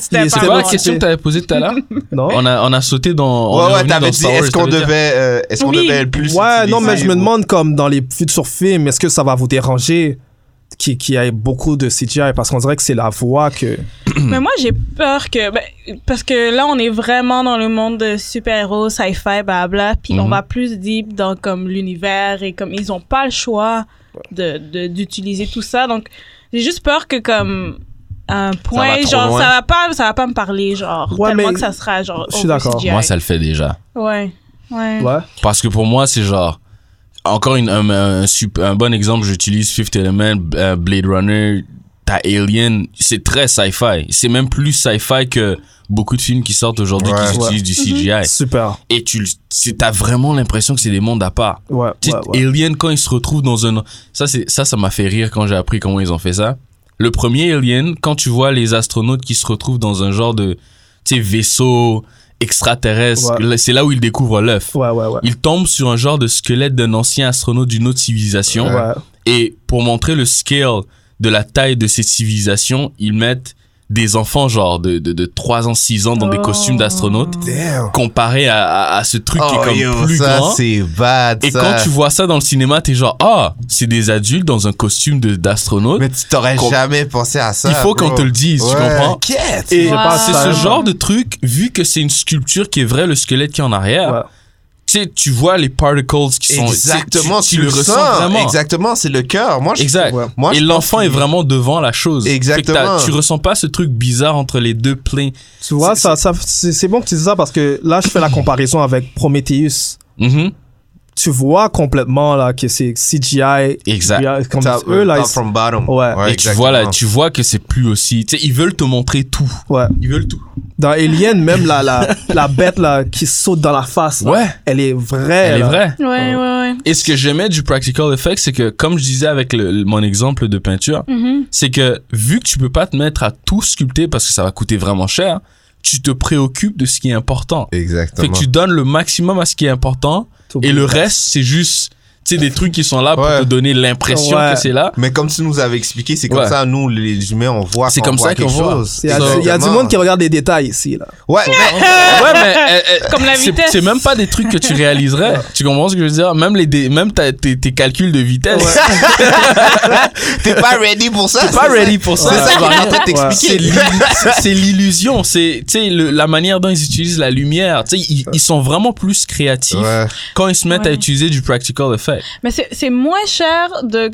C'était- Il est C'était pas C'est quoi la bon. question que t'avais posée tout à l'heure Non? on, a, on a sauté dans. on est Ouais, ouais, revenu t'avais dans dit, Star Wars, est-ce qu'on t'avais dit- devait, euh, est-ce qu'on Oui. devait le plus Ouais, utiliser non, mais je me ou- demande, comme dans les futurs films, est-ce que ça va vous déranger qu'il qu'il y ait beaucoup de CGI? Parce qu'on dirait que c'est la voix que. Mais moi, j'ai peur que. ben, parce que là, on est vraiment dans le monde de super-héros, sci-fi, blabla. Puis on Mhm. va plus deep dans comme l'univers et comme ils ont pas le choix d'utiliser de, d'utiliser tout ça. Donc, j'ai juste peur que comme à un point va trop genre loin. ça va pas ça va pas me parler genre Ouais, tellement mais que ça sera genre je suis over d'accord. CGI. Moi, ça le fait déjà. ouais ouais Ouais. Parce que pour moi, c'est genre. encore une, un, un sup- un bon exemple, j'utilise Fifth Element, B- euh, Blade Runner, t'as Alien, c'est très sci-fi. C'est même plus sci-fi que beaucoup de films qui sortent aujourd'hui Ouais. qui Ouais. utilisent du CGI. Mhm. Super. Et tu, le- c'est- t'as vraiment l'impression que c'est des mondes à part. Ouais, Tu sais, ouais, ouais. Alien, quand ils se retrouvent dans un... Ça, c'est, ça, ça m'a fait rire quand j'ai appris comment ils ont fait ça. Le premier Alien, quand tu vois les astronautes qui se retrouvent dans un genre de, tu sais, vaisseau extraterrestre, Ouais. là, c'est là où ils découvrent l'œuf. Ouais, ouais, ouais. Ils tombent sur un genre de squelette d'un ancien astronaute d'une autre civilisation. Ouais. Et pour montrer le scale de la taille de ces civilisations, ils mettent des enfants genre de, de, de 3 ans, 6 ans dans des Oh. costumes d'astronautes Damn. comparé à, à, à ce truc qui est Oh, comme yo, plus ça, grand. c'est bad, Et ça. quand tu vois ça dans le cinéma, t'es genre, ah, c'est des adultes dans un costume de- d'astronaute. Mais tu t'aurais Qu'on- jamais pensé à ça. Il faut bro. qu'on te le dise, Ouais. tu comprends? Quête. Et Wow. pense Ah, C'est que ça- ce genre de truc, vu que c'est une sculpture qui est vraie, le squelette qui est en arrière, Ouais. tu sais, tu vois les particles qui sont... Exactement, tu, tu, tu le ressens vraiment. Exactement, c'est le cœur. Moi, je, Exact. Ouais. Moi, et je pense l'enfant qu'il- est vraiment devant la chose. Fait que t'as- Exactement. Tu ressens pas ce truc bizarre entre les deux pleins. Tu vois, C'est- ça, ça, c'est c'est bon que tu dises ça parce que là, je fais la comparaison avec Prometheus. Mhm. Tu vois complètement là que c'est CGI. Exact. CGI, Comme Top, eux, là, top ils- from bottom. Ouais. et tu vois, là, tu vois que c'est plus aussi... Tu sais, ils veulent te montrer tout. ouais. Ils veulent tout. Dans Alien, même la, la, la bête là, qui saute dans la face, là, Ouais. elle est vraie. Elle est là. vraie. Ouais, ouais, ouais. Et ce que j'aimais du practical effect, c'est que, comme je disais avec le- le- mon exemple de peinture, Mhm. c'est que vu que tu peux pas te mettre à tout sculpter parce que ça va coûter vraiment cher, tu te préoccupes de ce qui est important. Fait Exactement. que tu donnes le maximum à ce qui est important Tout et le bien. reste, c'est juste, tu sais, des trucs qui sont là pour Ouais. te donner l'impression Ouais. que c'est là. Mais comme tu nous avais expliqué, c'est comme Ouais. ça, nous, les humains, on voit. C'est qu'on comme voit ça qu'on quelque voit. chose. Il y a, Exactement. il y a du monde qui regarde les détails ici. Là. Ouais, mais ouais, mais euh, euh, Comme la c'est- vitesse. C'est même pas des trucs que tu réaliserais. tu comprends ce que je veux dire Même les dé- même ta- tes, tes calculs de vitesse, t'es pas ready pour ça. t'es pas c'est ready pour ça. ça. C'est ça qu'on est en train de Ouais. C'est t'expliquer. l'illu- c'est l'illusion, c'est tu sais le- la manière dont ils utilisent la lumière, tu sais ils, ils sont vraiment plus créatifs Ouais. quand ils se mettent à Ouais. utiliser du practical effect. Mais c'est c'est moins cher de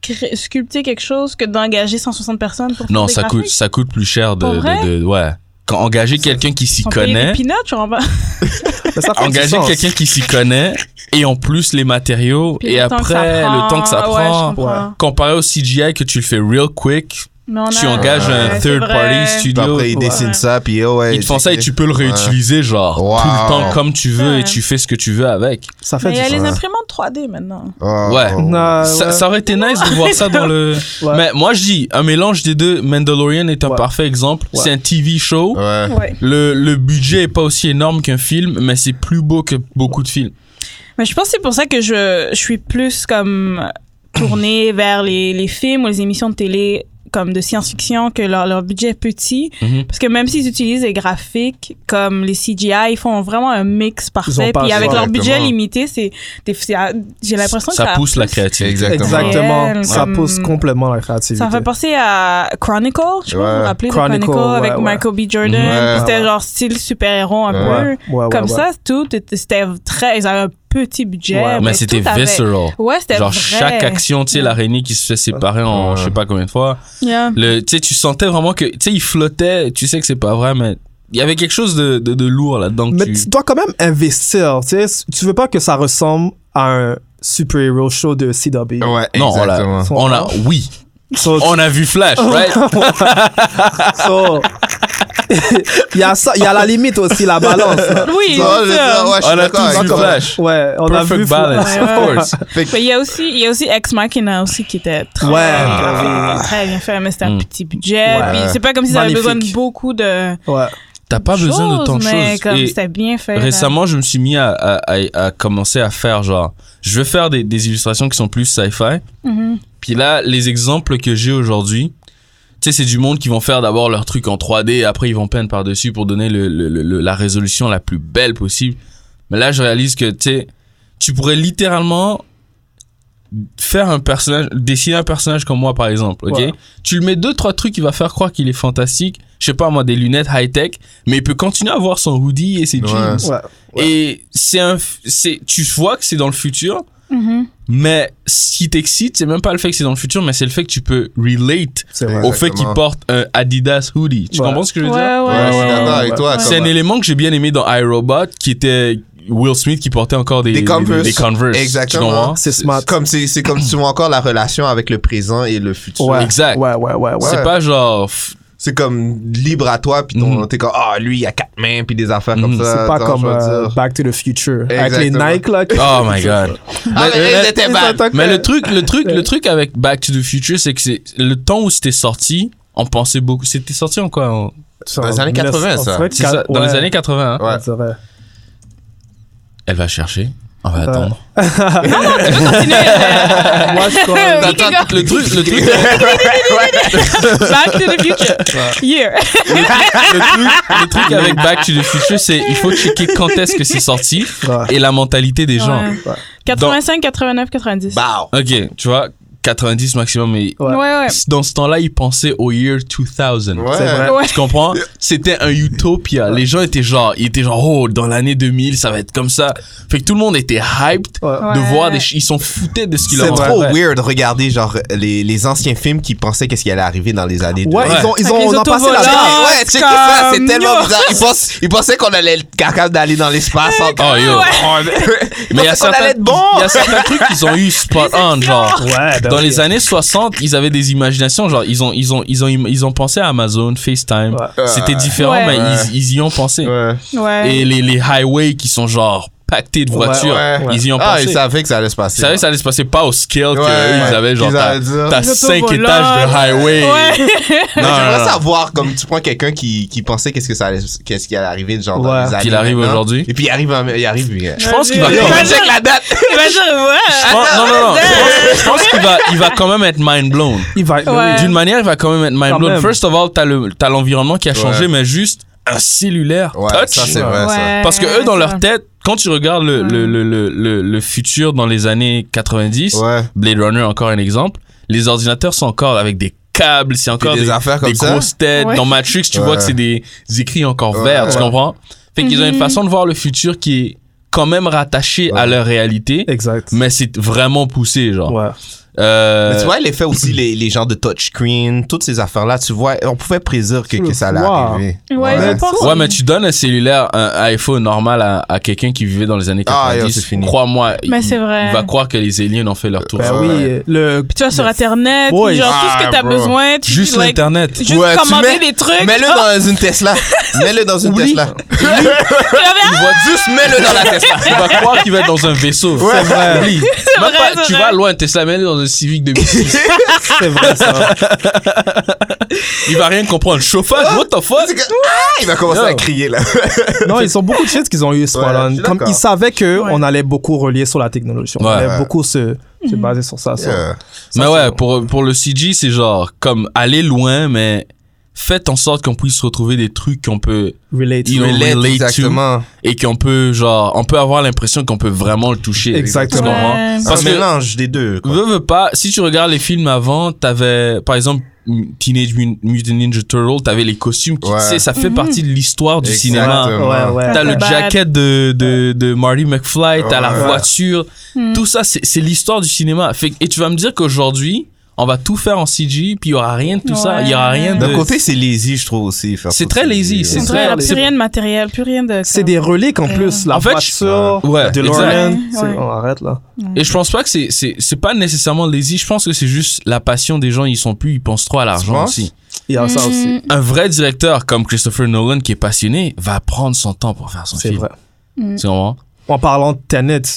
cré- sculpter quelque chose que d'engager 160 personnes pour faire Non, des ça coûte graphiques. ça coûte plus cher de, Pour vrai? de, de- ouais. Quand engager quelqu'un qui s'y Ils sont payés connaît, des peanuts, tu comprends pas? Mais ça fait du engager sens. quelqu'un qui s'y connaît et en plus les matériaux Puis et le temps que ça après prend. le temps que ça Ouais, je prend comprends. comparé au CGI que tu le fais real quick, Mais on tu a- engages un Ouais, third c'est vrai. party Puis studio. après, ils Ouais. dessinent ça, puis oh, ouais. Ils te font ça et tu peux le Ouais. réutiliser genre Wow. tout le temps comme tu veux Ouais. et tu fais ce que tu veux avec. Ça fait Mais il du y a les sens. imprimantes 3D maintenant. Oh, Ouais. oh. Non, ça, Ah, ouais. ça aurait été nice de voir ça dans le. Ouais. Mais moi je dis un mélange des deux. Mandalorian est un Ouais. parfait exemple. Ouais. C'est un TV show. Ouais. Ouais. Le, le budget est pas aussi énorme qu'un film, mais c'est plus beau que beaucoup de films. Mais je pense que c'est pour ça que je, je suis plus comme tournée vers les, les films ou les émissions de télé comme de science-fiction, que leur, leur budget est petit. Mhm. Parce que même s'ils utilisent des graphiques comme les CGI, ils font vraiment un mix parfait. pas Puis à avec faire, leur budget exactement. limité, c'est des- c'est- ah, j'ai l'impression que Ça ça pousse la créativité. créativité. Exactement. Exactement. Réel, ça comme- pousse complètement la créativité. Ça fait penser à Chronicle, je sais pas si vous vous Ouais. rappelez de Chronicle, Chronicle avec ouais, ouais. Michael B. Jordan. Ouais, Puis C'était ouais. genre style super-héros un Ouais. peu. Ouais, ouais, Comme ouais. ça, tout, était- c'était très, ils avaient un petit budget. Ouais, Mais c'était tout avait- visceral. Ouais, c'était Genre vrai. chaque action, tu sais, l'araignée qui se fait séparer en Ouais. je sais pas combien de fois. Yeah. Le, tu sais, tu sentais vraiment que, tu sais, il flottait. Tu sais que c'est pas vrai, mais il y avait quelque chose de, de, de lourd là-dedans. que Mais tu- tu dois quand même investir. Tu sais, tu veux pas que ça ressemble à un super-hero show de CW. Ouais, Non, on exactement. a, on a, oui, So, on a vu Flash, right? so- il y a ça, il y a la limite aussi, la balance. là. Oui, Oh, c'est le- ça. ouais, je suis on a d'accord tous avec vu toi. Flash. Ouais, on a Perfect vu. balance, Ouais, of ouais. course. Mais il y a aussi, il y a aussi Ex Machina aussi qui était très, Ouais. Ah. bien, très bien fait, mais c'était un Hmm. Mm. petit budget. Ouais. Puis c'est pas comme si ça avait besoin de Magnifique. beaucoup de Ouais. T'as pas besoin de choses, tant de mais choses. comme Et- c'était bien fait. là. Récemment, je me suis mis à, à, à, à commencer à faire genre, je veux faire des, des illustrations qui sont plus sci-fi. Mhm. Puis là, les exemples que j'ai aujourd'hui, tu sais, c'est du monde qui vont faire d'abord leur truc en 3D, après ils vont peindre par-dessus pour donner le, le- le- le- la résolution la plus belle possible. Mais là, je réalise que tu sais, tu pourrais littéralement faire un personnage, dessiner un personnage comme moi par exemple, ok Ouais. Tu lui mets deux trois trucs, il va faire croire qu'il est fantastique. Je sais pas moi, des lunettes high tech, mais il peut continuer à avoir son hoodie et ses Ouais. jeans. Ouais. Et c'est un, f- c'est, tu vois que c'est dans le futur, Mm-hmm. Mhm. mais ce qui t'excite, c'est même pas le fait que c'est dans le futur, mais c'est le fait que tu peux relate C'est vrai. au fait qu'il Exactement. porte un Adidas hoodie. Tu Ouais. comprends ce que je Ouais, veux ouais. dire? Ouais, je suis d'accord Ouais. avec toi. C'est comme- un élément que j'ai bien aimé dans iRobot qui était Will Smith qui portait encore des, Des Converse. des Converse. Exactement. Tu comprends? C'est smart. Comme c'est c'est comme tu vois encore la relation avec le présent et le futur. Ouais. Exact. Ouais, ouais, ouais, ouais. C'est pas genre. pff, C'est comme libre à toi, puis ton- Mhm. t'es comme, ah, lui, il a quatre mains, puis des affaires comme Mhm. ça. C'est pas tu vois, comme je veux euh, dire. Back to the Future. Avec Exactement. les Nike, là. qui- Oh my god. Ah, mais, Mais- euh, ils mais- étaient Ils bad. attaquent- Mais le truc, le truc, le truc avec Back to the Future, c'est que c'est le temps où c'était sorti, on pensait beaucoup. C'était sorti en quoi en- Sur- Dans les années 80, ça. en fait, c'est ça, Dans ouais, les années 80. hein? Ouais. c'est vrai. Elle va chercher. On va Ouais. attendre. euh. Moi, je crois- Back Attends, le truc, le truc, to the future. Yeah. le truc, le truc avec Back to the Future, c'est il faut checker quand est-ce que c'est sorti Ouais. et la mentalité des gens. Ouais. 85, 89, 90. Bow. Ok, tu vois, 90 maximum, mais Bah, Ouais, ouais. dans ce temps-là, ils pensaient au year 2000. Ouais. C'est vrai. Ouais. Tu comprends? C'était un utopia. Les gens étaient genre, ils étaient genre, oh, dans l'année 2000, ça va être comme ça. Fait que tout le monde était hyped Ouais. de Ouais. voir des ch- Ils sont foutés de ce qu'ils C'est leur trop envoient. weird de regarder genre les, les anciens films qui pensaient qu'est-ce qui allait arriver dans les années Ouais, 2000. ils ont, ils Avec ont, les on en passait la autovolants. barre. ouais, check ça, c'est comme- tellement Yo. bizarre. Ils, pensent- ils pensaient qu'on allait être capable d'aller dans l'espace. en- Oh, yo. On- Ils Mais il y a pensaient qu'on allait certains, être bon. il y a certains trucs qu'ils ont eu spot on, genre. Ouais, ben Dans oui. les années 60, ils avaient des imaginations, genre, ils ont, ils ont, ils ont, ils ont, pensé à Amazon, FaceTime. Ouais. C'était différent, Ouais. mais Ouais. ils, ils y ont pensé. Ouais. Ouais. Et les, les highways qui sont genre pactés de Ouais, voitures, ouais. ils y ont Ah, pensé. ils savaient que ça allait se passer. Ils savaient que ça allait se passer pas au scale que Ouais, eux, ils ouais. avaient, genre, Ils t'as- allaient dire. t'as Les cinq autovolants. étages de highway. Ouais. Mais Non, non, J'aimerais non. savoir, comme tu prends quelqu'un qui, qui pensait qu'est-ce que ça allait, qu'est-ce qui allait arriver, genre, dans Ouais. les années Qu'il arrive maintenant. aujourd'hui. Et puis il arrive, en- il arrive, lui. Je pense qu'il va Vas-y. quand même- Check la date! Imagine, Je ouais. pense- non, non, non. Je pense, je pense qu'il va, il va quand même être mind blown. Il va. Ouais. D'une manière, il va quand même être mind Quand blown. même. First of all, t'as le, t'as l'environnement qui a changé, Ouais. mais juste un cellulaire Ouais, touch. ça c'est vrai, ça. Ouais, Parce que eux, dans c'est leur vrai. tête, quand tu regardes le, le, le, le, le, le futur dans les années 90, Ouais. Blade Runner, encore un exemple, les ordinateurs sont encore avec des câbles, c'est encore des affaires comme des ça. grosses têtes. Ouais. Dans Matrix, tu Ouais. vois que c'est des, des écrits encore Ouais. verts, tu Ouais. comprends? Fait qu'ils ont une Mhm. façon de voir le futur qui est quand même rattaché à Ouais. leur réalité, Exact. mais c'est vraiment poussé, genre. Ouais. Euh, Mais tu vois, il fait aussi les, les genres de touchscreen, toutes ces affaires-là, tu vois, on pouvait prédire que, que ça allait Wow. arriver. Ouais, je pense. Ouais, mais tu donnes un cellulaire, un iPhone normal à, à quelqu'un qui vivait dans les années Ah, yo, 90. c'est fini. Crois-moi, il, Mais c'est vrai. il va croire que les aliens ont fait leur tour. Ben oui. euh, Le. Puis tu vas sur Internet, Boy. genre tout ce Ah, que t'as bro. besoin, tu Juste like, l'internet. Juste Ouais, tu commander mets- des trucs. Mets-le Ah, dans une Tesla. Mets-le dans une Tesla. Oh, il y avait- Il va juste mets-le dans la Tesla. Il va croire qu'il va être dans un vaisseau. Ouais. vrai. Oublie. Même vrai, pas, c'est tu vrai. vas loin, Tesla, mais dans un Civic 2006. C'est vrai, ça. Il va rien comprendre. Chauffage, what the fuck? C'est que- Ah, il va commencer Yo. à crier là. Non, ils ont beaucoup de shit qu'ils ont eu, ce Ouais, Spallon. je suis Comme d'accord. ils savaient que Ouais. on allait beaucoup relier sur la technologie. On Ouais. allait beaucoup se, se Mhm. baser sur ça. ça. Yeah. Mais ouais, pour, pour le CG, c'est genre, comme, aller loin, mais faites en sorte qu'on puisse retrouver des trucs qu'on peut, Relate. You know, Relate, relate to. exactement. et qu'on peut, genre, on peut avoir l'impression qu'on peut vraiment le toucher. Exactement. Tu comprends? Ouais. Parce un que- mélange des deux. quoi. Veux, veux pas, si tu regardes les films avant, t'avais, par exemple, M- Teenage Mut- Mutant Ninja Turtle, t'avais les costumes, qui, Ouais. tu sais, ça fait partie de l'histoire du cinéma. Exactement. Ouais, ouais. T'as le Mhm. Bad. jacket de, de, de Marty McFly, t'as la Ouais. voiture, Mhm. tout ça, c'est c'est l'histoire du cinéma. Fait, que- et tu vas me dire qu'aujourd'hui, on va tout faire en CG, puis il y aura rien de tout ça, il y aura Ouais. rien de... D'un côté, c'est lazy, je trouve aussi. faire C'est ça, très lazy, C'est c'est vrai, très- là, plus c'est- rien de matériel, plus rien de. C'est des reliques en plus. La En fait, voiture, je- Ouais, la DeLorean. exact. C'est- Ouais. On arrête là. Et je pense pas que c'est- c'est c'est pas nécessairement lazy, je pense que c'est juste la passion des gens, ils sont plus, ils pensent trop à l'argent penses? aussi. Il y a Mhm. ça aussi. Un vrai directeur comme Christopher Nolan qui est passionné va prendre son temps pour faire son C'est film. vrai. Tu comprends? En parlant de Tenet, tu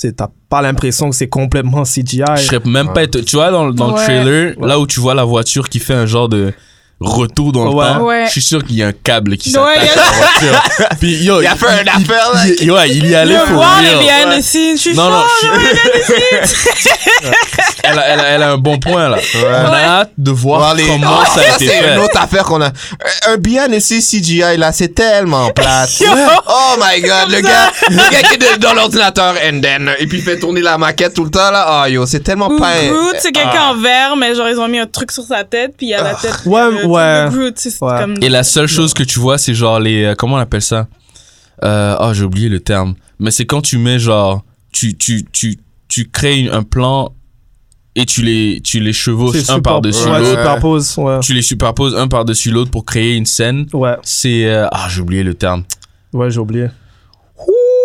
sais, t'as pas l'impression que c'est complètement CGI. Je serais même pas éton- Tu vois, dans, dans Ouais. le trailer, là où tu vois la voiture qui fait un genre de retour dans le Ouais. temps, Ouais. je suis sûr qu'il y a un câble qui Ouais, s'attache il y a- à la voiture. Puis, yo, Il a fait un affaire là. il- ouais, il y allait Le pour voir real. est bien ici. Je suis Non, non, sûre. je elle, a, elle, a, elle a un bon point, là. On a hâte de voir Voir les- comment Oh, ça a été C'est fait. une autre affaire qu'on a. Un bien ici CGI là, c'est tellement plate. oh my god, le gars, le gars qui est de- dans l'ordinateur and then et puis il fait tourner la maquette tout le temps là. Oh yo, c'est tellement Ou pas. Groot, c'est quelqu'un en vert, mais genre ils ont mis un truc sur sa tête, puis il y a la tête. Ouais, euh, ouais. de Groot, c'est c'est Ouais. comme. Et la seule chose que tu vois, c'est genre les. euh, Comment on appelle ça euh, Oh, j'ai oublié le terme. Mais c'est quand tu mets genre. Tu, tu, tu, tu crées une- un plan et tu les, tu les chevauches C'est un super- par-dessus ouais, l'autre. superpose, ouais. Tu les superposes un par-dessus l'autre pour créer une scène. Ouais, C'est. euh, Ah, j'ai oublié le terme. ouais, j'ai oublié.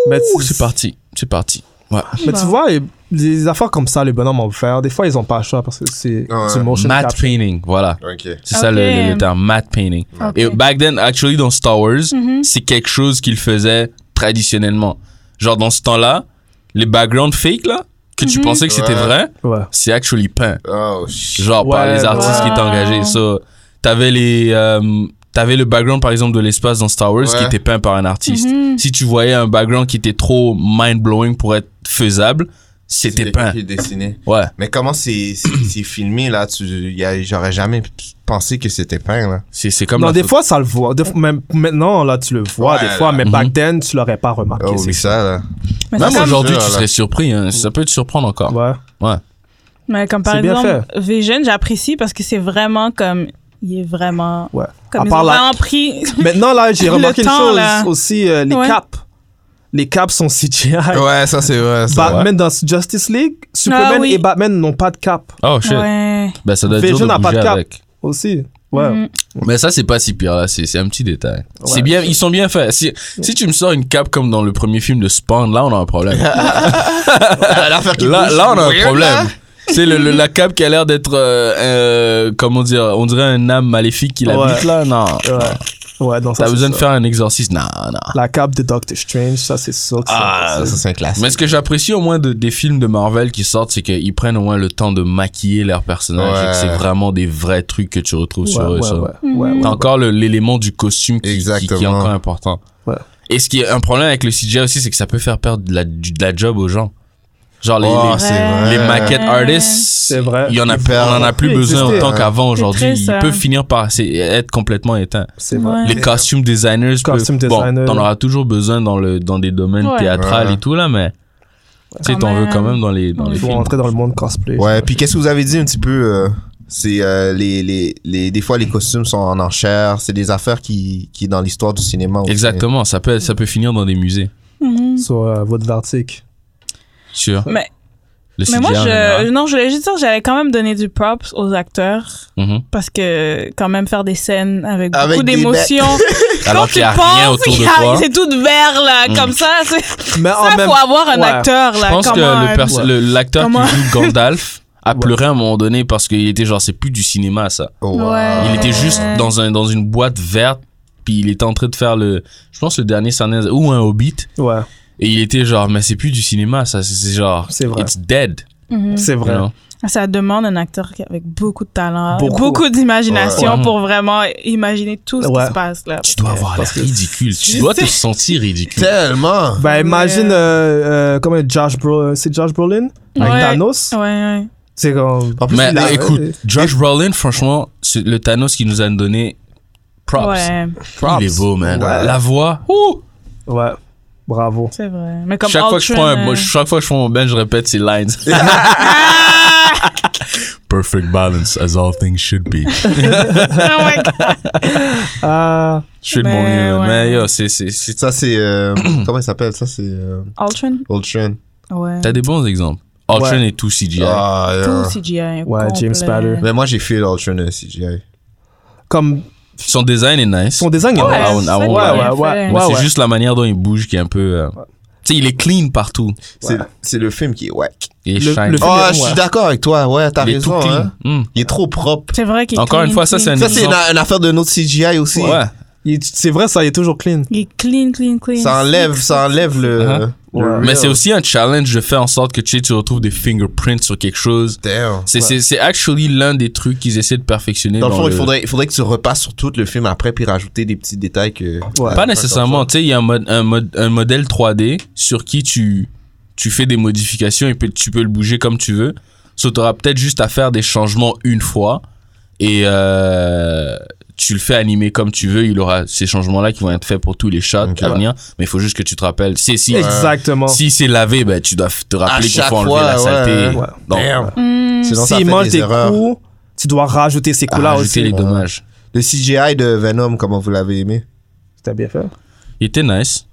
Mais tu- Ouh, C'est parti, c'est parti. Ouais. Mais Bah. tu vois, les, les affaires comme ça, les bonhommes vont faire. Des fois, ils ont pas le choix parce que c'est Ouais. du motion Matte capture. painting, voilà. Ok. C'est ça le, Ok. le- le terme, matte painting. Ok. Et back then, actually, dans Star Wars, Mhm. c'est quelque chose qu'ils faisaient traditionnellement. Genre, dans ce temps-là, les backgrounds fake, là, que tu Mhm. pensais que c'était Ouais. vrai, Ouais. c'est actually peint. Oh, shit. Genre, par Ouais, les artistes wow. qui étaient engagés. So, t'avais les, euh, t'avais le background, par exemple, de l'espace dans Star Wars qui Ouais. était peint par un artiste. Mhm. Si tu voyais un background qui était trop mind-blowing pour être faisable, c'était quelqu'un peint. qui le dessinait. Ouais. Mais comment c'est c'est- c'est filmé, là? Tu, y a- J'aurais jamais pensé que c'était peint, là. C'est c'est comme Non, la des photo. fois, ça le voit. Des fois- même maintenant, là, tu le vois. Ouais, des fois, là. mais Mhm. back then, tu l'aurais pas remarqué. Oh, c'est oui, ça, là. Mais Même c'est comme- Aujourd'hui, Jeu, tu là. serais surpris. hein. Ça peut te surprendre encore. Ouais. Mais comme par C'est bien exemple, Vision, j'apprécie parce que c'est vraiment comme. Il est vraiment. Ouais. Comme À ils part ont la- vraiment pris. Maintenant, là, j'ai Le remarqué une temps, chose là. aussi, euh, les Ouais. caps. Les caps sont CGI. Ouais, ça, c'est vrai. ça. Batman dans Justice League, Superman Ah, oui. et Batman n'ont pas de cap Oh shit. Ouais. Ben, ça doit être Virgin dur de n'a pas de bouger cap. avec. aussi. Ouais. Mhm. Mais ça, c'est pas si pire, là. C'est c'est un petit détail. Ouais. C'est bien, ils sont bien faits. Si, si tu me sors une cape comme dans le premier film de Spawn, là, on a un problème. Ah, L'affaire qui là, bouge, là, on a weird, un là. problème. C'est le, le- la cape qui a l'air d'être, euh, euh, comment dire, on dirait un âme maléfique qui l'habite, Ouais. là. Non. Ouais. Ouais, dans ça. T'as c'est besoin de ça. faire un exorcisme. Non, non. La cape de Doctor Strange, ça, c'est sûr. que Ah, c'est- ça, c'est un classique. Mais ce que j'apprécie au moins de, des films de Marvel qui sortent, c'est qu'ils prennent au moins le temps de maquiller leurs personnages et que Ouais. c'est vraiment des vrais trucs que tu retrouves sur eux. ouais, ça. ouais, ouais, Ah ouais, Mhm. ouais. T'as encore le- l'élément du costume qui, qui- qui est Exactement. encore important. Ouais. Et ce qui est un problème avec le CGI aussi, c'est que ça peut faire perdre de la, du- de la job aux gens. Genre les, Oh, les- c'est Ouais. vrai. les maquettes artists, C'est vrai. il y en a, Ils on en a perdent. plus Ils besoin existaient, autant ouais. qu'avant aujourd'hui. triste, Ils hein. peuvent finir par c'est- être complètement éteints. C'est vrai. Ouais. Les costume designers, Costume peuvent- designer. bon, t'en auras toujours besoin dans le dans des domaines Ouais. théâtrales Ouais. et tout là, mais tu sais, Quand t'en veux même. quand même dans les dans Ouais. les Il faut films. rentrer dans le monde cosplay. Ouais, puis qu'est-ce que vous avez dit un petit peu euh, C'est euh, les, les, les, des fois les costumes sont en enchère, c'est des affaires qui, qui dans l'histoire du cinéma. aussi. Exactement, ça peut ça peut finir dans des musées. Mhm. Sur euh, votre vertique. Sûr. Mais- le Mais CGI moi, en je, général. non, je voulais juste dire, j'allais quand même donner du props aux acteurs Mhm. parce que quand même faire des scènes avec, Avec beaucoup des d'émotion. Alors qu'il y a rien autour qu'il y de a- toi. c'est tout vert là, Mm. comme ça. c'est- Mais Ça, Ah, en même faut avoir un ouais. acteur là. Je pense que comment- le perso- Ouais. le- l'acteur Comment- qui joue Gandalf a Ouais. pleuré à un moment donné parce qu'il était genre, c'est plus du cinéma ça. Oh, wow. Ouais. Il était juste Ouais. dans, un, dans une boîte verte, puis il était en train de faire le, je pense, le dernier Sarnez ou un Hobbit. Ouais, Et il était genre, mais c'est plus du cinéma ça, c'est- c'est genre, C'est vrai. it's dead. Mhm. c'est you vrai. know? Ça demande un acteur qui- avec beaucoup de talent, Beaucoup. beaucoup, d'imagination Ouais. pour vraiment imaginer tout ce Ouais. qui se passe là. Tu dois avoir l'air Parce que- ridicule, tu Je dois sais. te sentir ridicule. Tellement. Bah, imagine, Mais- euh, euh, comment Josh Bro, c'est Josh Brolin avec Ouais. Thanos. Ouais, ouais. C'est comme. En plus, Mais il a- écoute, Josh Brolin, franchement, c'est le Thanos qui nous a donné props. Ouais, Il est beau, man. Ouais. La voix, ouh! Ouais, bravo. c'est vrai. Mais comme chaque fois, que je prends Ultron, un, euh, moi, chaque fois que je prends mon bench, je répète ces lines. Perfect balance, as all things should be. Oh my God. Ah, Je suis de Mais mon Ben mieux, ouais. mais yo, c'est, c'est, c'est- ça c'est euh, comment il s'appelle Ça c'est euh, Ultron? Ultron. Ouais. T'as des bons exemples. Ultron Ouais. est tout CGI. Ah, yeah. euh, Tout CGI. Ouais, James Spader. Mais moi j'ai fait Ultron euh, CGI. comme Son design est nice. son design est Ouais, nice. Ah, on- c'est ah, ça on- qu'il ouais, a ouais, fait. mais ouais, c'est ouais. juste la manière dont il bouge qui est un peu. euh, Tu sais, il est clean partout. C'est c'est le film qui est whack. Il est Le- shine. le film- Oh, Ouais. je suis d'accord avec toi. Ouais, t'as il est tout raison. clean. hein. Mm. Il est trop propre. C'est vrai qu'il est Encore une clean, fois, ça, c'est clean. un- Ça c'est une, Exemple. une affaire de notre CGI aussi. Ouais. Il- C'est vrai, ça, il est toujours clean. Il est clean, clean, clean. Ça enlève, ça enlève le. Uh-huh. le Ouais. real. Mais c'est aussi un challenge de faire en sorte que tu, sais, tu retrouves des fingerprints sur quelque chose. Damn. C'est, c'est, c'est actually l'un des trucs qu'ils essaient de perfectionner. Dans le fond, le- il faudrait, il faudrait que tu repasses sur tout le film après puis rajouter des petits détails que. Euh, Ouais. Pas nécessairement, tu sais, il y a un, mod- un, mod- un modèle 3D sur qui tu, tu fais des modifications et puis tu peux le bouger comme tu veux. Sauf tu auras peut-être juste à faire des changements une fois et euh, tu le fais animer comme tu veux. Il aura ces changements-là qui vont être faits pour tous les shots Ok. à venir. Mais il faut juste que tu te rappelles. Si, si, Exactement. si c'est lavé, ben, tu dois f- te À rappeler qu'il chaque faut enlever fois, la saleté. ouais. Ouais. Donc, Damn. Mm. Sinon, ça S'il fait mange des des erreurs. coups, tu dois rajouter ces coups-là Ah, rajouter aussi. les ouais. dommages. Le CGI de Venom, comment vous l'avez aimé C'était bien fait. Il était nice.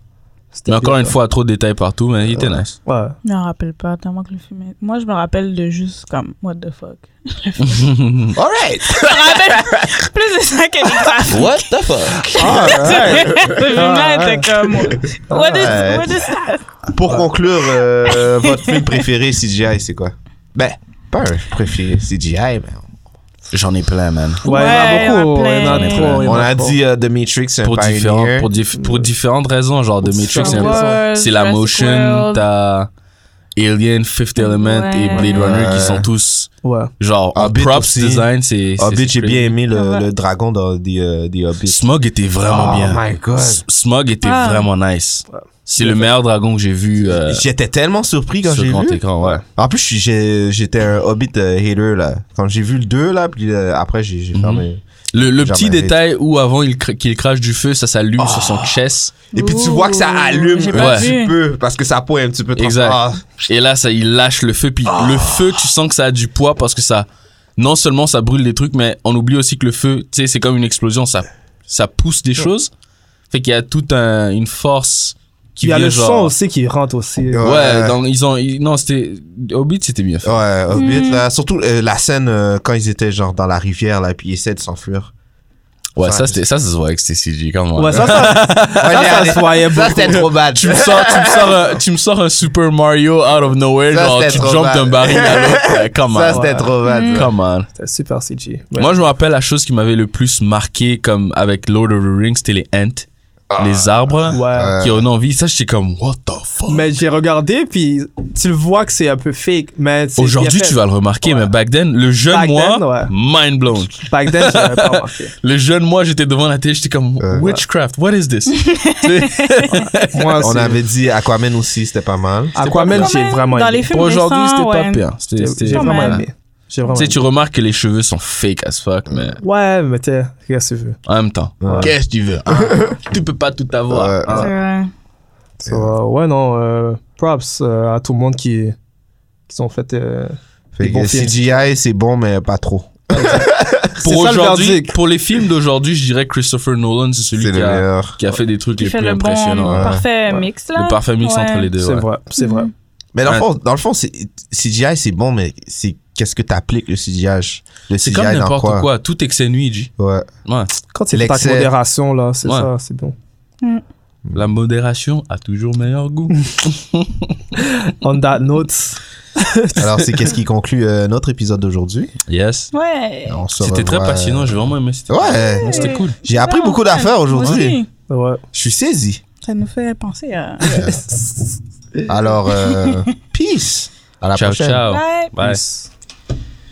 C'était Mais encore bien, une fois, trop de détails partout, mais il était nice. quoi. Ouais. Je me rappelle pas tellement que le film est- Moi, je me rappelle de juste comme, what the fuck. Hmm. Alright! Je me rappelle Ah, ben, plus de ça que des graphiques. What the fuck? Ce film-là ouais. était comme, what is, Ouais. what is that? Pour conclure, euh, votre film préféré CGI, c'est quoi? Ben, pas un préféré CGI, mais J'en ai plein, man. Ouais, il y en a beaucoup. Il y en a plein. trop. il y en on a a trop. dit euh, The Matrix, c'est un Pour, pioneer. différentes, pour, dif- pour différentes raisons, genre de Matrix, c'est différentes un- c'est la motion, t'as Alien, Fifth Element et Ouais. Blade Runner qui sont Ouais. tous Ouais. genre en Hobbit props aussi. design, c'est. c'est- Hobbit, c'est j'ai bien crazy. aimé le, Ouais. le dragon dans The, euh, The Hobbit. Smog était vraiment Oh bien. my God. S- Smog était Ah. vraiment nice. C'est le meilleur dragon que j'ai vu euh, J'étais tellement surpris quand sur j'ai vu. grand écran, ouais. En plus, je suis- j'ai- j'étais un Hobbit euh, hater, là. Quand j'ai vu le 2, là, puis euh, après, j'ai j'ai Mhm. fermé. Le, le Jamais petit arrêté. détail où avant il cra- qu'il crache du feu, ça Ah. s'allume sur son chest. Et puis, tu vois que ça Ouh, allume j'ai un pas petit vu. peu, parce que sa peau est un petit peu trop... Exact. Ah, Et là, ça, il lâche le feu. Puis le feu, tu sens que ça a du poids parce que ça, non seulement ça brûle des trucs, mais on oublie aussi que le feu, tu sais, c'est comme une explosion, ça, ça pousse des choses. Fait qu'il y a toute un- une force qui Il y a vient le genre. son aussi qui rentre aussi. Ouais. Ouais, dans- ils ont, ils- non, c'était Hobbit, c'était bien fait. Ouais, Hobbit, Mhm. là, surtout euh, la scène euh, quand ils étaient genre dans la rivière, là, puis ils essaient de s'enfuir. Ouais, Ouais. ça, c'était, ça, ça se voit que c'était CG quand même. Ouais, ça, ça, Ouais, ça j'ai- se voyait ça, beaucoup. c'était trop bad. tu me sors, tu me sors, un, tu me sors un Super Mario out of nowhere, Ça, genre c'était tu trop jumpes mal. d'un baril à l'autre. Ouais, Come ça, on. c'était trop bad. Mm. ça. Come on. C'était super CG. Ouais. Moi, je me rappelle la chose qui m'avait le plus marqué, comme avec Lord of the Rings, c'était les Ents, Ah. les arbres Ouais. qui ont envie. Ça, j'étais comme, what the fuck? Mais j'ai regardé, puis tu le vois que c'est un peu fake. mais c'est Aujourd'hui, bien tu fait. vas le remarquer, Ouais. mais back then, le jeune Back moi, then, ouais. mind blown. Back then, j'avais pas remarqué. Le jeune moi, j'étais devant la télé, j'étais comme, Euh, witchcraft, what is this? Moi On aussi. avait dit Aquaman aussi, c'était pas mal. Aquaman, Quand j'ai même, vraiment Dans les aimé. films Aujourd'hui, récents, c'était ouais. pas pire. C'était- J'ai c'était- j'ai vraiment Voilà. aimé. J'ai vraiment Tu sais, tu aimé. remarques que les cheveux sont fake as fuck, mais Ouais, mais t'es, qu'est-ce que tu veux? en même temps, Ouais. qu'est-ce que tu veux? hein? tu peux pas tout avoir. Ouais. hein? C'est vrai. So, euh, ouais, non, euh, props euh, à tout le monde qui, qui sont fait. euh, Fait Des bons que films. CGI, c'est bon, mais pas trop. Pour C'est ça le aujourd'hui, verdict. pour les films d'aujourd'hui, je dirais Christopher Nolan, c'est C'est celui le qui a, meilleur. qui a fait des trucs Qui les fait plus le bon, impressionnants. ouais. parfait Ouais. mix, là. Le parfait mix Ouais. entre les deux. C'est ouais. vrai, c'est vrai. Mais dans le Ouais. fond, dans le fond c'est, CGI, c'est bon, mais c'est qu'est-ce que t'appliques le CGI Le C'est CGI comme dans n'importe quoi. quoi, Tout excès nuit, G. Ouais. Ouais. Quand c'est fait avec L'excès. modération, là, c'est Ouais. ça, c'est bon. La modération a toujours meilleur goût. On that note, Alors, c'est qu'est-ce qui conclut euh, notre épisode d'aujourd'hui. Yes. Ouais. On se C'était très revoit, euh, passionnant, j'ai vraiment aimé. C'était Ouais. c'était cool. J'ai appris beaucoup d'affaires aujourd'hui. Aussi, ouais. Je suis saisi. Ça nous fait penser à. Alors, euh, peace. À la Ciao, prochaine. ciao. Ouais. Bye.